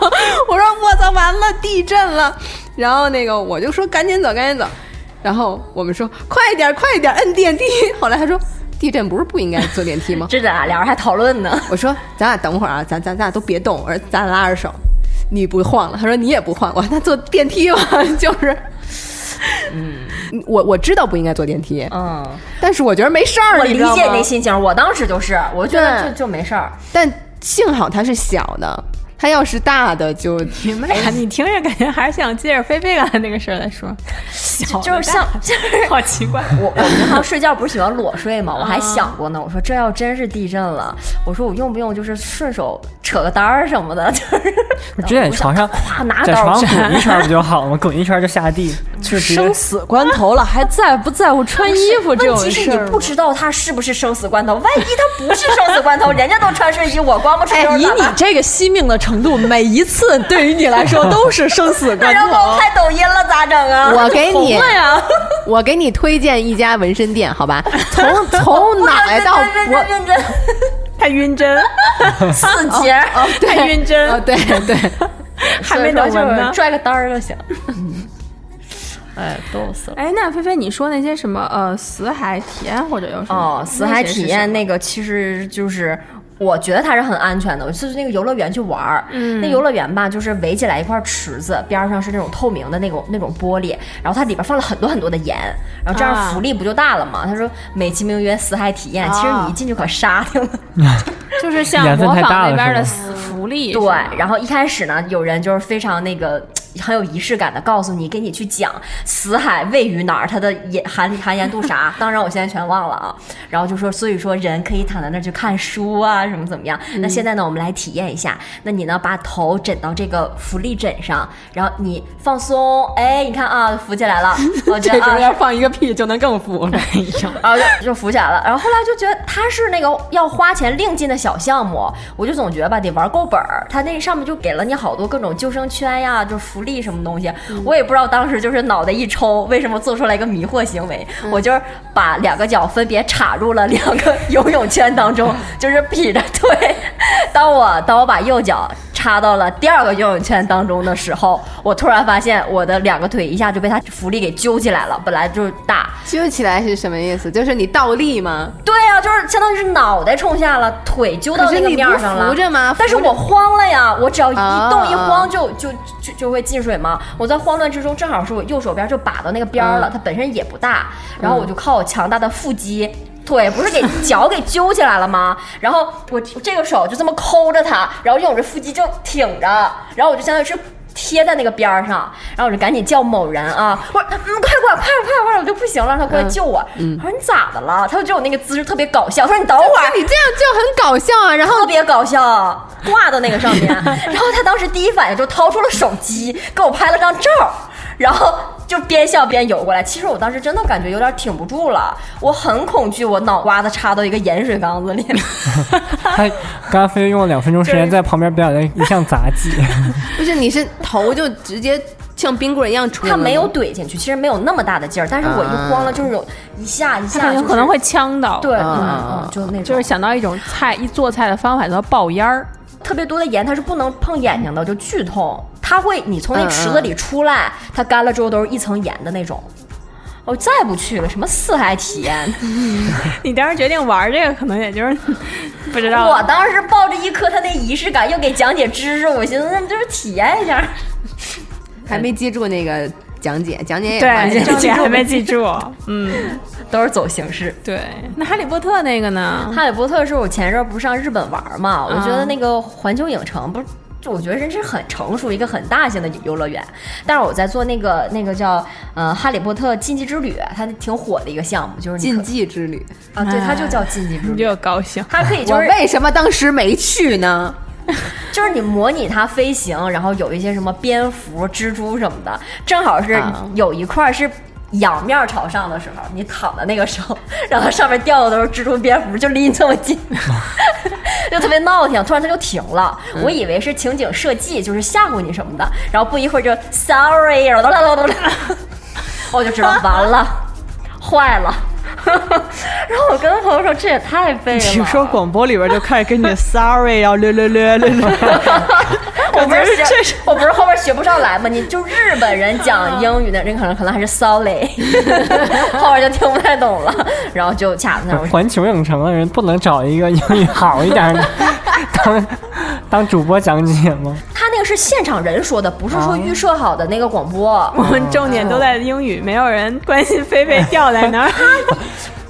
我说我操，完了，地震了。然后那个我就说赶紧走，赶紧走。然后我们说快点儿，快点儿，摁电梯。 后来他说地震不是不应该坐电梯吗？这咱俩俩人还讨论呢。我说咱俩等会儿啊，咱咱咱俩都别动，我说咱 俩拉着手，你不晃了，他说你也不晃，我说那坐电梯吧，就是嗯我我知道不应该坐电梯，嗯，但是我觉得没事儿，我你理知道解吗那心情，我当时就是，我觉得对就就没事儿。但幸好它是小的，它要是大的就你们俩，你听着感觉还是想接着菲菲刚才那个事儿来说，小的就是像大的就是 好奇怪，我我平常睡觉不是喜欢裸睡吗？我啊还想过呢，我说这要真是地震了，我说我用不用就是顺手扯个单儿什么的，就是直接在床上咵拿在刀床上去滚一圈不就好了吗？滚一圈就下 地，就直接 生死关头了，还在不在乎穿衣服这问种题是事你儿吗？不知道他是不是生死关头，万一他不是生死关头，人家都穿睡衣，我光不穿哎，着以咋你办？这个惜命的程度，每一次对于你来说都是生死那关哎让我头。拍抖音了咋整啊？我给 你，对呀，我给你推荐一家纹身店，好吧？从从不脑袋到认脖真，认真太晕 针，四节儿，太晕针，哦，对对，还没等纹呢。拽个单儿就行。哎，逗死了。哎，那菲菲，你说那些什么呃死海体验或者有什么？哦，死海体验那个其实就是。我觉得它是很安全的。我是去那个游乐园去玩儿，嗯那游乐园吧，就是围起来一块池子，边儿上是那种透明的那种那种玻璃，然后它里边放了很多很多的盐，然后这啊样浮力不就大了吗？他说美其名曰死海体验，其实啊你一进去可沙挺了。就是像缘分模太大仿那边了是的吗死福利，对是吧，然后一开始呢，有人就是非常那个很有仪式感的告诉你，给你去讲死海位于哪儿，它的盐含含盐度啥。当然我现在全忘了啊。然后就说，所以说人可以躺在那儿去看书啊，什么怎么样。那现在呢，我们来体验一下。那你呢，把头枕到这个浮力枕上，然后你放松，哎，你看啊，浮起来了，我觉这得时啊候，要放一个屁就能更服了。然后就 就浮起来了。然后后来就觉得它是那个要花钱另进的小项目，我就总觉得吧得玩够本儿。它那上面就给了你好多各种救生圈呀，就是福利什么东西。我也不知道当时就是脑袋一抽，为什么做出来一个迷惑行为。我就是把两个脚分别插入了两个游泳圈当中， 就是劈着腿。当我当我把右脚插到了第二个游泳圈当中的时候，我突然发现我的两个腿一下就被它浮力给揪起来了，本来就是大。揪起来是什么意思？就是你倒立吗？对呀、就是相当于是脑袋冲下了，腿揪到可是那个你面不儿上了。扶着吗但是扶着我慌了呀，我只要一动一啊慌就、就就就会进水嘛。我在慌乱之中，正好是我右手边就把到那个边儿了，嗯它本身也不大，然后我就靠我强大的腹肌。腿不是给脚给揪起来了吗？然后我这个手就这么抠着它，然后用我这腹肌就挺着，然后我就相当于是贴在那个边儿上，然后我就赶紧叫某人啊，我说嗯，快过来，快点快点快点，我就不行了，让他过嗯来救我。我说你咋的了？他就觉得我那个姿势特别搞笑，他说你等会儿，你这样就很搞笑啊！然后特别搞笑，挂到那 个上面。然后他当时第一反应就掏出了手机，给我拍了张照儿，然后就边笑边游过来。其实我当时真的感觉有点挺不住了，我很恐惧，我脑瓜子插到一个盐水 缸子里。他刚刚菲菲用了两分钟时间在旁边表演了一项杂技，不是你是头就直接像冰棍一样戳，他没有。怼进去，其实没有那么大的劲儿，但是我一慌了，就是有一下一啊他下、感就觉是，可能会呛到，对，嗯啊嗯，就那种，就是想到一种菜一做菜的方法叫爆烟儿，特别多的盐，它是不能碰眼睛的，就剧痛。它会，你从那池子里出来，它干了之后都是一层盐的那种。我再不去了，什么四海体 验？你当时决定玩这个，可能也就是 不知道我当时抱着一颗它那仪式感，又给讲解知识，我寻思那就是体验一下。还没接住那个讲解，讲解也蛮对重讲点还没记住，嗯， 都是走形式。对。那哈利波特那个呢？哈利波特是我前一阵儿不是上日本玩儿嘛，我觉得那个环球影城不是。就我觉得人是很成熟，一个很大型的游乐园。但是我在做那个那个叫呃《哈利波特禁忌之旅》，它挺火的一个项目，就是你禁可忌之 旅。啊，对，它就叫禁忌之你旅，就高兴，它可以我就是为什么当时没去呢？就是你模拟它飞行，然后有一些什么蝙蝠、蜘蛛什么的，正好是啊有一块是仰面朝上的时候，你躺的那个时候，然后上面掉的都是蜘蛛、蝙蝠，就离你这么近，就特别闹挺。突然它就停了，我以为是情景设计，就是吓唬你什么的，然后不一会儿就 sorry，然后哒哒哒哒哒我就知道完了，坏了。 然后我跟朋友说，这也太背了。你说广播里边就开始跟你 sorry，然后略略略略略， 我不是学，我不是后边学不上来吗？你就日本人讲英语的人，可能可能还是 sorry，后边就听不太懂了，然后就卡在 那儿。我说环球影城的人不 能找一个英语好一点的当当主播讲解吗？他那个是是现场人说的，不是说预设好的那个广播。我们重点都在英语，没有人关心菲菲掉在 哪儿。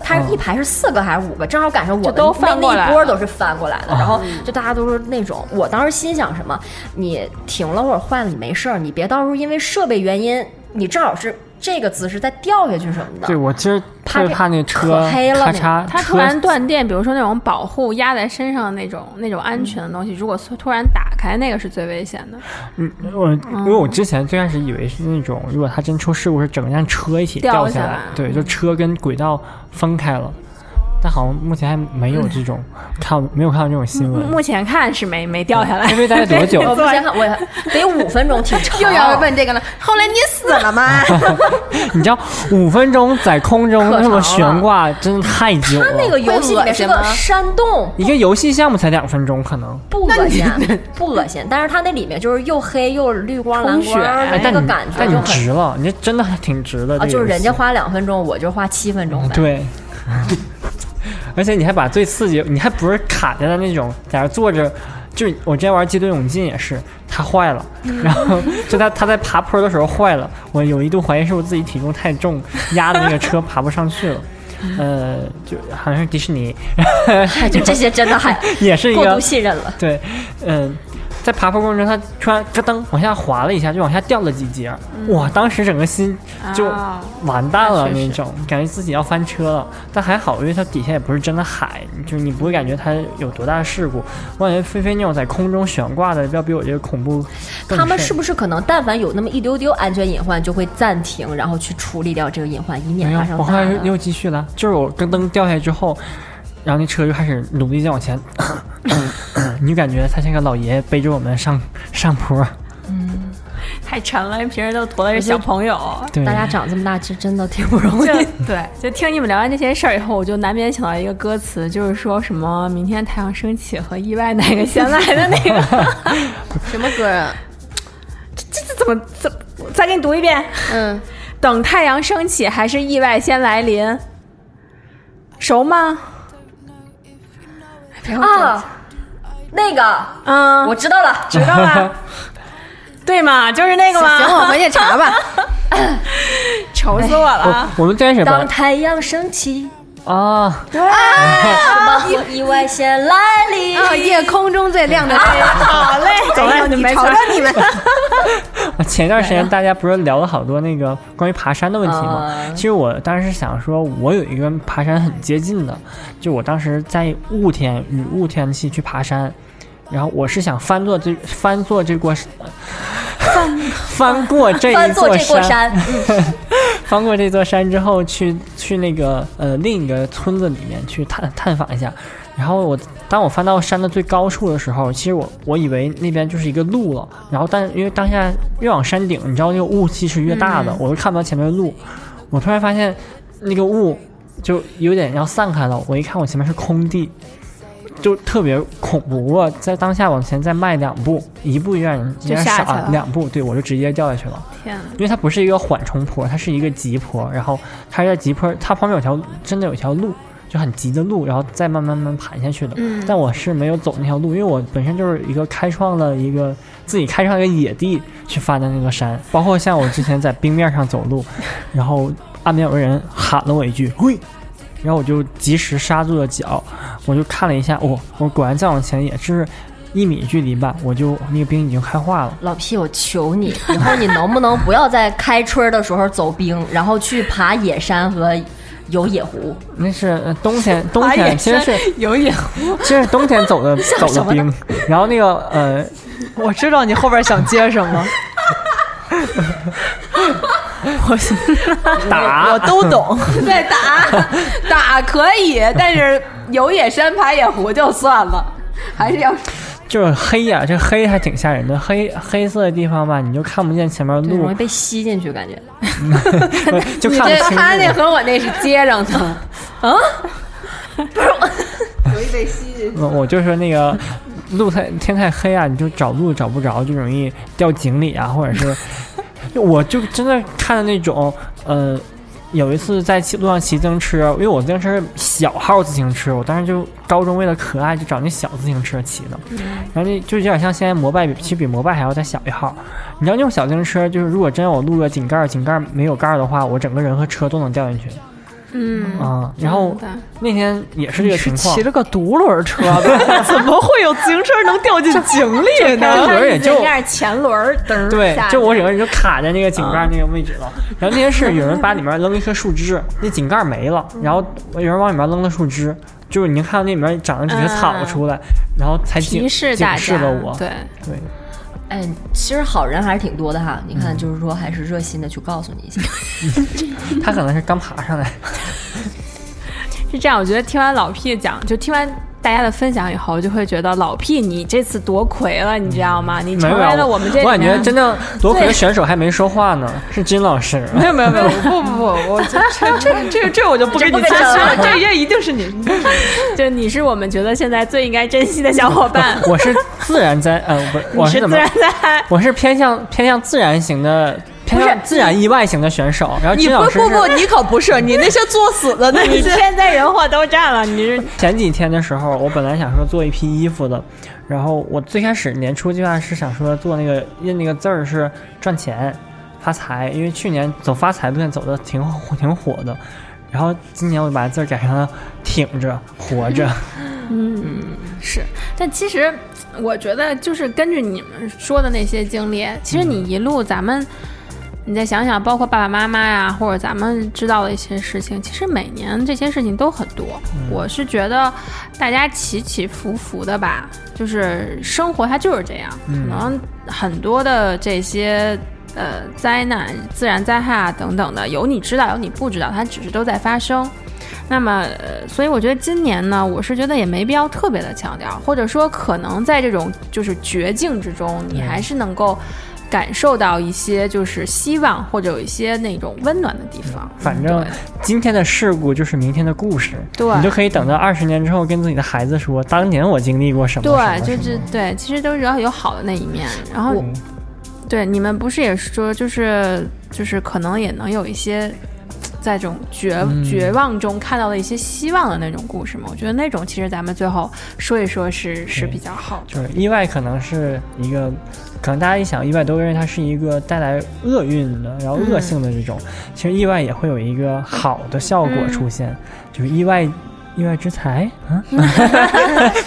它一排是四个还是五个？正好赶上我们都翻那过那来一波都是翻过来的，然后就大家都是那种。我当时心想什么？你停了或者换了，你没事儿，你别到时候因为设备原因，你正好是这个姿势再掉下去什么对的。我今儿特别怕那怕车这可黑了咔那嚓，它突车然断电，比如说那种保护压在身上那种那种安全的东西，如果突然打开，那个是最危险的。嗯，我因为我之前最开始以为是那种，如果它真出事故，是整辆车一起掉掉下下来嗯对，就车跟轨道分开了。但好像目前还没有这嗯种看，没有看到这种新闻。目前看是没没掉下来。菲菲待了 多久我不先看，我也得五分钟，挺长。又要问这个了。后来你死了吗？你知道五分钟在空中可那么长悬挂，真的太久了。它那个游戏里面是会恶个心吗山洞，一个游戏项目才两分钟，可能。不恶心，啊不恶心。但是它那里面就是又黑又绿光蓝光的哎，那但个你感觉但就你很值了，你这真的还挺值的。啊，这就个是人游家戏花两分钟，我就花七分钟呗。对， 而且你还把最刺激，你还不是卡在了那种在那儿坐着，就是我之前玩《机动勇进》也是，它坏了，嗯然后就它它在爬坡的时候坏了，我有一度怀疑是我自己体重太重，压的那个车 爬不上去了。呃，就好像是迪士尼， 哎，就这些真的还也是一过个度信任了。 对，嗯、在爬坡过程中，它突然咯噔往下滑了一下，就往下掉了几节儿，嗯哇！当时整个心就啊完蛋了那确那实种，感觉自己要翻车了。但还好，因为它底下也不是真的海，就是你不会感觉它有多大的事故。我感觉菲菲那种在空中悬挂的，要比我这个恐怖更甚。他们是不是可能但凡有那么一丢丢安全隐患，就会暂停，然后去处理掉这个隐患，以免没有发生？我哎后大来的？又继续了，就是我跟灯掉下来之后，然后那车就开始努力在往前， 你就感觉它像个老爷爷背着我们上上坡。太沉了，平时都驮的是小朋友。对，大家长这么大，这真的挺不容易就。 对，就听你们聊完这些事儿以后，我就难免想到一个歌词，就是说什么明天太阳升起和意外哪个先来的那个。 什么歌啊？这这怎么怎么？再给你读一遍，嗯，等太阳升起还是意外先来临？熟吗？啊，那个嗯，我知道了，知道吧？对嘛，就是那个行，我嘛，回去查吧。 愁死我了。哦我我们最开始把啊当太阳升起，啊，什么和意外先来临？哎啊，夜空中最亮的星。啊好嘞，走嘞你没们事瞅儿瞅你们。前段时间大家不是聊了好多那个关于爬山的问题吗？啊其实我当时想说，我有一个爬山很接近的，就我当时在雾天雨雾天气去爬山，然后我是想翻过这翻过这过 翻翻过这翻一过这过山，山， 翻过这座山之后去，去那个呃另一个村子里面去探探访一下。然后我当我翻到山的最高处的时候，其实我我以为那边就是一个路了。然后但因为当下越往山顶，你知道那个雾气是越大嗯的，我都看不到前面的路。我突然发现那个雾就有点要散开了。我一看我前面是空地，就特别恐怖。我在当下往前再迈两步，一步有点有就点下少去啊了，两步对我就直接掉下去了。哎天 哪！因为它不是一个缓冲坡，它是一个急坡，然后它是在急坡，它旁边有条真的有条路，就很急的路，然后再慢慢慢慢盘下去的。嗯但我是没有走那条路，因为我本身就是一个开创了一个自己开创一个野地去翻的那个山，包括像我之前在冰面上走路，然后岸边有个人喊了我一句“喂”，然后我就及时刹住了脚，我就看了一下，我、我果然再往前也是一米距离吧，我就那个冰已经开化了。老屁，我求你， 以后你能不能不要在开春儿的时候走冰，然后去爬野山和游野湖？那是呃冬天，冬天其实是有野其实冬天走的走的冰，然后那个呃，我知道你后边想接什么，打我 都懂。对，打打可以，但是游野山、爬野湖就算了，还是要就是黑呀、这黑还挺吓人的，黑黑色的地方吧，你就看不见前面对，容路易，被吸进去，感觉。 就看这不清他那路。和我那是接上的，我我就说那个路太天太黑啊，你就找路找不着，就容易掉井里啊，或者是，就我就真的看到那种呃有一次在骑路上骑自行车，因为我自行车是小号自行车，我当时就高中为了可爱就找那小自行车骑的，然后就就有点像现在摩拜比，其实比摩拜还要再小一号。你知道那种小自行车，就是如果真有路个井盖，井盖没有盖儿的话，我整个人和车都能掉进去嗯，啊、然后真的那天也是这个情况骑，了个独轮车吧？怎么会有自行车能掉进井里但呢是？轮儿也就一下前轮儿嘚儿对下，去啊就我整个人就卡在那个井盖那个位置了。然后那天是有人把里面扔了一棵树枝，那井盖没了，嗯然后有人往里面扔了树枝，就是你能看到那里面长了几棵草出来，然后才嗯警提示警大示家了我。对，对，哎，其实好人还是挺多的哈。你看，就是说还是热心的去告诉你一 下。他可能是刚爬上来，是这样，我觉得听完老 P 讲，就听完大家的分享以后，就会觉得老 P 你这次夺魁了，你知道吗？你没成有啊为了我们这里我感觉面 真正夺魁的选手还没说话呢，是金老师。，没有没有没有，不不不，我这这这这这我就不给你这不解给释他了，这这一定是你。就你是我们觉得现在最应该珍惜的小伙伴我是自然灾，呃，不是，我你是怎自么？然灾。我是偏向偏向自然型的，偏向自然意外型的选手。然后 你金不老师不是不，你可不是你那些作死的 那 你些。 天灾人祸都占了，你是前几天的时候，我本来想说做一批衣服的，然后我最开始年初计划是想说做那个印那个字儿是赚钱发财，因为去年走发财路线走的挺火挺火的，然后今年我就把字儿改成了挺着活 着。是， 但其实我觉得就是根据你们说的那些经历，其实嗯你一路咱们，你再想想，包括爸爸妈妈呀，或者咱们知道的一些事情，其实每年这些事情都很多。我是觉得大家起起伏伏的吧，就是生活它就是这样，可能很多的这些。呃，灾难、自然灾害啊等等的，有你知道，有你不知道，它只是都在发生。那么，呃所以我觉得今年呢，我是觉得也没必要特别的强调，或者说可能在这种就是绝境之中，你还是能够感受到一些就是希望，或者有一些那种温暖的地方。嗯反正今天的事故就是明天的故事，对你就可以等到二十年之后跟自己的孩子说，当年我经历过什么。对，什么就是什么对，其实都是要有好的那一面。然后，对你们不是也说，就是就是可能也能有一些。在这种绝、嗯绝望中看到的一些希望的那种故事吗？我觉得那种其实咱们最后说一说嗯是是比较好的。就是意外可能是一个，可能大家一想意外都认为它是一个带来厄运的，然后嗯恶性的这种，其实意外也会有一个好的效果嗯出现，就是意外意外之财， 嗯，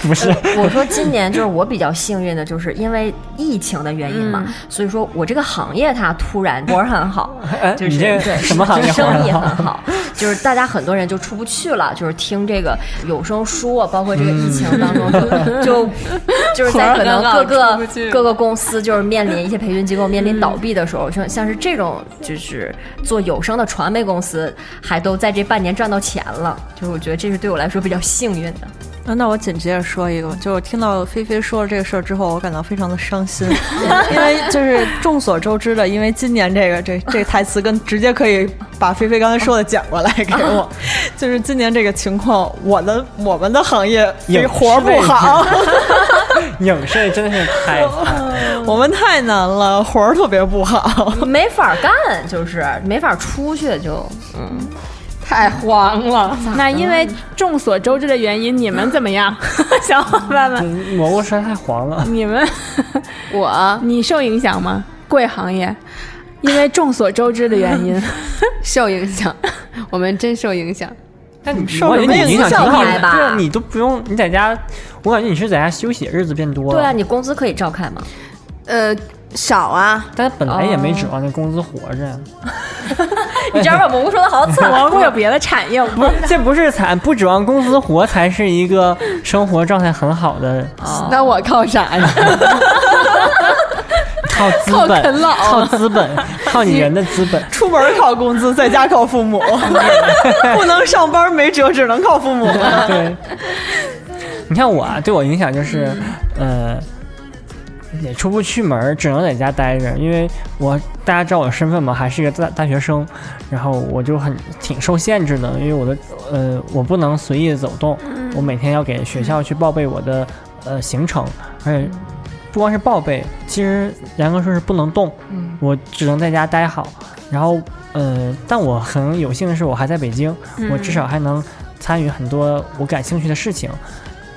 不是，我说今年就是我比较幸运的，就是因为疫情的原因嘛，嗯所以说我这个行业它突然活儿很好， 哎，呃就是你这对什么行业就活生得意好？很好，就是大家很多人就出不去了，就是听这个有声书啊，包括这个疫情当中嗯 就就就是在可能活各儿很好出不个去各个公司就是面临一些培训机构面临倒闭的时候，像像是这种就是做有声的传媒公司，还都在这半年赚到钱了，就是我觉得这是对我来说比较幸运的。嗯啊，那我紧接着说一个，就是我听到菲菲说了这个事儿之后，我感到非常的伤心，因为就是众所周知的，因为今年这个这这个台词跟直接可以把菲菲刚才说的讲过来给我，就是今年这个情况，我的我们的行业影活儿视不好，影视真的是太哦惨了，我们太难了，活儿特别不好。没法干，就是没法出去就。太慌了。那因为众所周知的原因，你们怎么样，小伙伴们？嗯蘑菇实在太黄了。你们，我你受影响吗？贵行业，因为众所周知的原 因， 受影响，我们真受影响。但嗯你受我感什么觉你影影响挺响好来的，吧对啊，你都不用你在家，我感觉你是在家休息，日子变多了。对啊，你工资可以照看吗？呃少啊，但本来也没哦指望那工资活着呀。你这样把蘑菇说的好惨。蘑菇有别的产业， 不是，这不是惨，不指望工资活才是一个生活状态很好的，哦那我靠啥呀？靠资本，靠资本，靠你人的资本。出门儿靠工资，在家靠父母， 不能上班没辙，只能靠父母。啊对，你看我啊，对我影响就是，呃，也出不去门儿，只能在家待着，因为我大家知道我的身份嘛，还是一个大大学生，然后我就很挺受限制的，因为我的呃，我不能随意走动，我每天要给学校去报备我的呃行程，而且。不光是报备，其实严格说是不能动，我只能在家待好。然后，呃，但我很有幸的是，我还在北京，我至少还能参与很多我感兴趣的事情。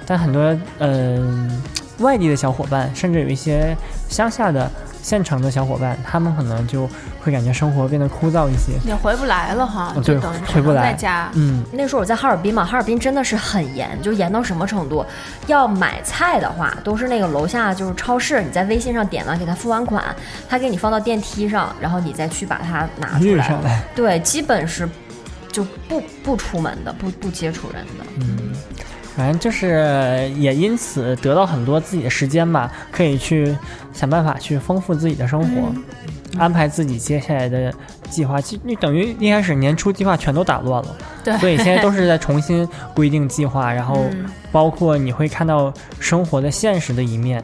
但很多嗯、外地的小伙伴，甚至有一些乡下的县城的小伙伴，他们可能就会感觉生活变得枯燥一些。也回不来了哈，嗯就对等于只回不能来在家。嗯，那时候我在哈尔滨嘛，哈尔滨真的是很严，就严到什么程度？要买菜的话，都是那个楼下就是超市，你在微信上点完，给他付完款，他给你放到电梯上，然后你再去把它拿出遇来上。来，对，基本是就不不出门的，不不接触人的。反正就是也因此得到很多自己的时间吧，可以去想办法去丰富自己的生活，安排自己接下来的计划。其你等于一开始年初计划全都打乱了，对所以现在都是在重新规定计划， 然后包括你会看到生活的现实的一面，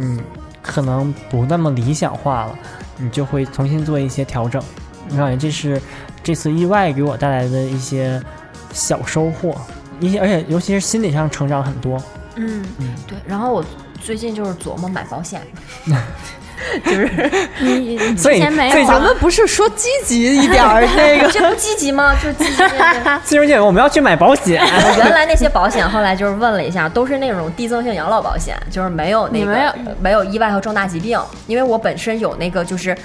嗯，可能不那么理想化了，你就会重新做一些调整。我感觉这是这次意外给我带来的一些小收获，一些而且尤其是心理上成长很多。嗯，对，然后我最近就是琢磨买保险， 你嗯你所之以前没所有以咱啊， 不是说积极一点儿那个这不积极吗？就是积极面对。金融姐，我们要去买保险。 我 原来那些保险，后来就是问了一下，都是那种递增性养老保险，就是没有那你个没有呃没有意外和重大疾病，因为我本身有那个就是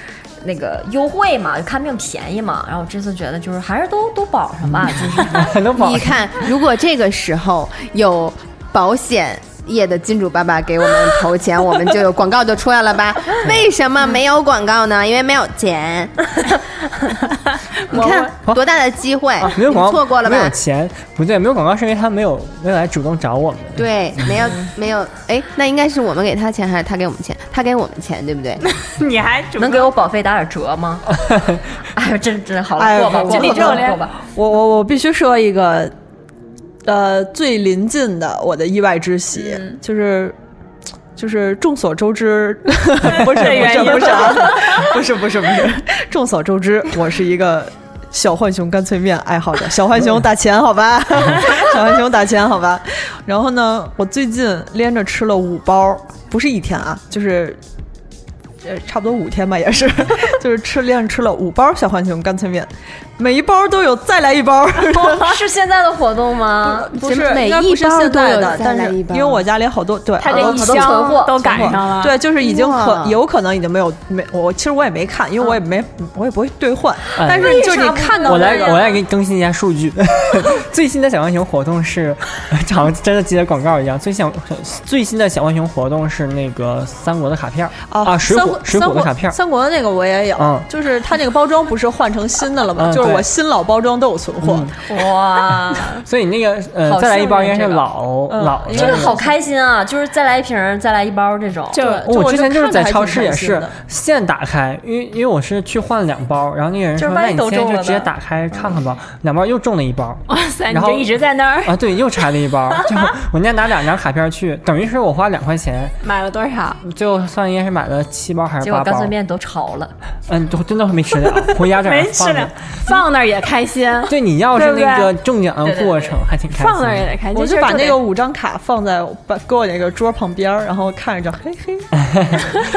那个优惠嘛，看病便宜嘛，然后我这次觉得就是还是都都保上吧，就是很 多保你看，如果这个时候有保险业的金主爸爸给我们投钱，我们就有广告就出来了 吧？为什么没有广告呢？因为没有钱。你看我多大的机会，啊，没你有广告，错过了没有吧？钱，不对，没有广告是因为他没有没有来主动找我们。对，没有没有，哎，那应该是我们给他钱还是他给我们钱？他给我们钱，对不对？你还能给我保费打点折吗？哎呦，真真好哎了，过吧，我过吧，这里过这种吧，连过吧。我我我必须说一个，呃，最临近的我的意外之喜、嗯就是。就是众所周知， 不是不是原因不是啊不是不是不是，众所周知，我是一个小浣熊干脆面爱好者。小浣熊打钱好吧， 小浣熊打钱好吧。然后呢，我最近连着吃了五包，不是一天啊，就是呃，差不多五天吧，也是， 就是吃连着吃了五包小浣熊干脆面，每一包都有再来 一包，是现在的活动吗？不是每应该不是一包现在都有的，再但来是一包因为我家里好多对，他好这多一好多存货箱都赶存货上了，对，就是已经可哇嗯有可能已经没有没我其实我也没看，因为我也没我也不会兑换，哎但是就是你看到我来，那个我来给你更新一下数据。 最新的小浣熊活动是，好像真的接广告一样。最小最新的小浣熊活动是那个三国的卡片儿啊，水浒哦三国水浒三的国卡片儿。三国的那个我也有嗯，就是它那个包装不是换成新的了吗？嗯就是我对嗯新老包装都有存货， 哇，所以那个呃，好再来一幸包运应该这是个老嗯老的这这个个好开心啊！就是再来一瓶，再来一包这种。就哦我之前就是在超市也是是，现打开，因为因为我是去换两包，然后那个人就说是那万一你都现在中就了直接呢打开看看吧，两包又中了一包 哇塞，你然就后一直在那儿啊，对，又拆了一包，就我那拿两张卡片去，等于是我花两块钱，买了多少？最后算应该是买了七包还是结八果干包脆，面都潮了，嗯，都真的没吃了，回家在那儿 没吃放着了。，放那儿也开心，对你要对是不那对个中奖的过程还挺开放那儿也心的，得开心。我这就事儿把那得个五张卡放在我把搁我那个桌旁边儿，然后看着就嘿嘿，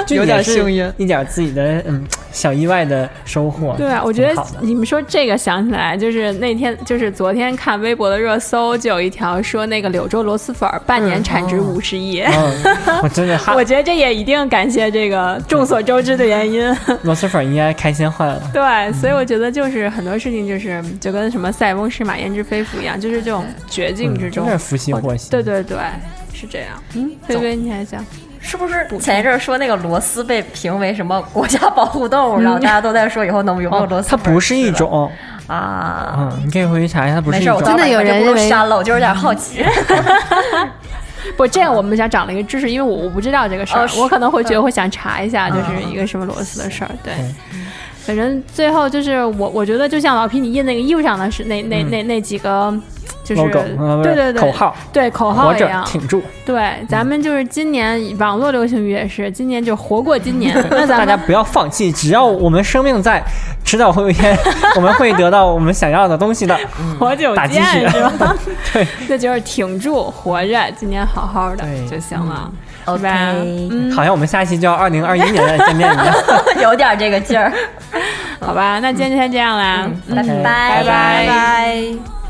就有也点是幸运一点自己的嗯小意外的收获。对啊，我挺觉得 好的你们说这个想起来，就是那天，就是昨天看微博的热搜，就有一条说那个柳州螺蛳粉儿半年产值五十亿。嗯，我真的哈我觉得这也一定感谢这个 众所周知的原因，螺蛳粉应该开心坏了。对，所以我觉得就是很多事情就是就跟什么塞翁失马焉知非福一样，就是这种绝境之真中，是嗯福兮祸兮。对对对，是这样。嗯，菲菲你还想？是不是？前一阵儿说那个螺丝被评为什么国家保护动物，然后大家都在说以后能有没有嗯哦螺丝、它不是一种，啊。嗯，你可以回去查一下，它不没是一事，种我。到时候真的有把这人不都认为删了，我就是有点好 奇。不，这样我们想长了一个知识，因为我我不知道这个哦事儿，我可能会觉嗯得会想查一下，啊就是一个什么螺丝的事儿。对，嗯反正最后就是我，我觉得就像老皮你印那个衣服上的是那那那那几个，就是嗯 logo，呃不对是对对口号，对口号活一着样。挺住，对，咱们就是今年网络流行语也是，今年就活过今 年。那咱大家们不要放弃，只要我们生命在，迟早会有一天我们会得到我们想要的东西的。活久打鸡见血是吧？ 对， 那就是挺住，活着，今年好好的对嗯就行了，是吧？ OK， 好像我们下一期就要二零二一年再见面一样。有点这个劲儿。好吧，那今天就先这样啦，嗯拜拜拜拜拜。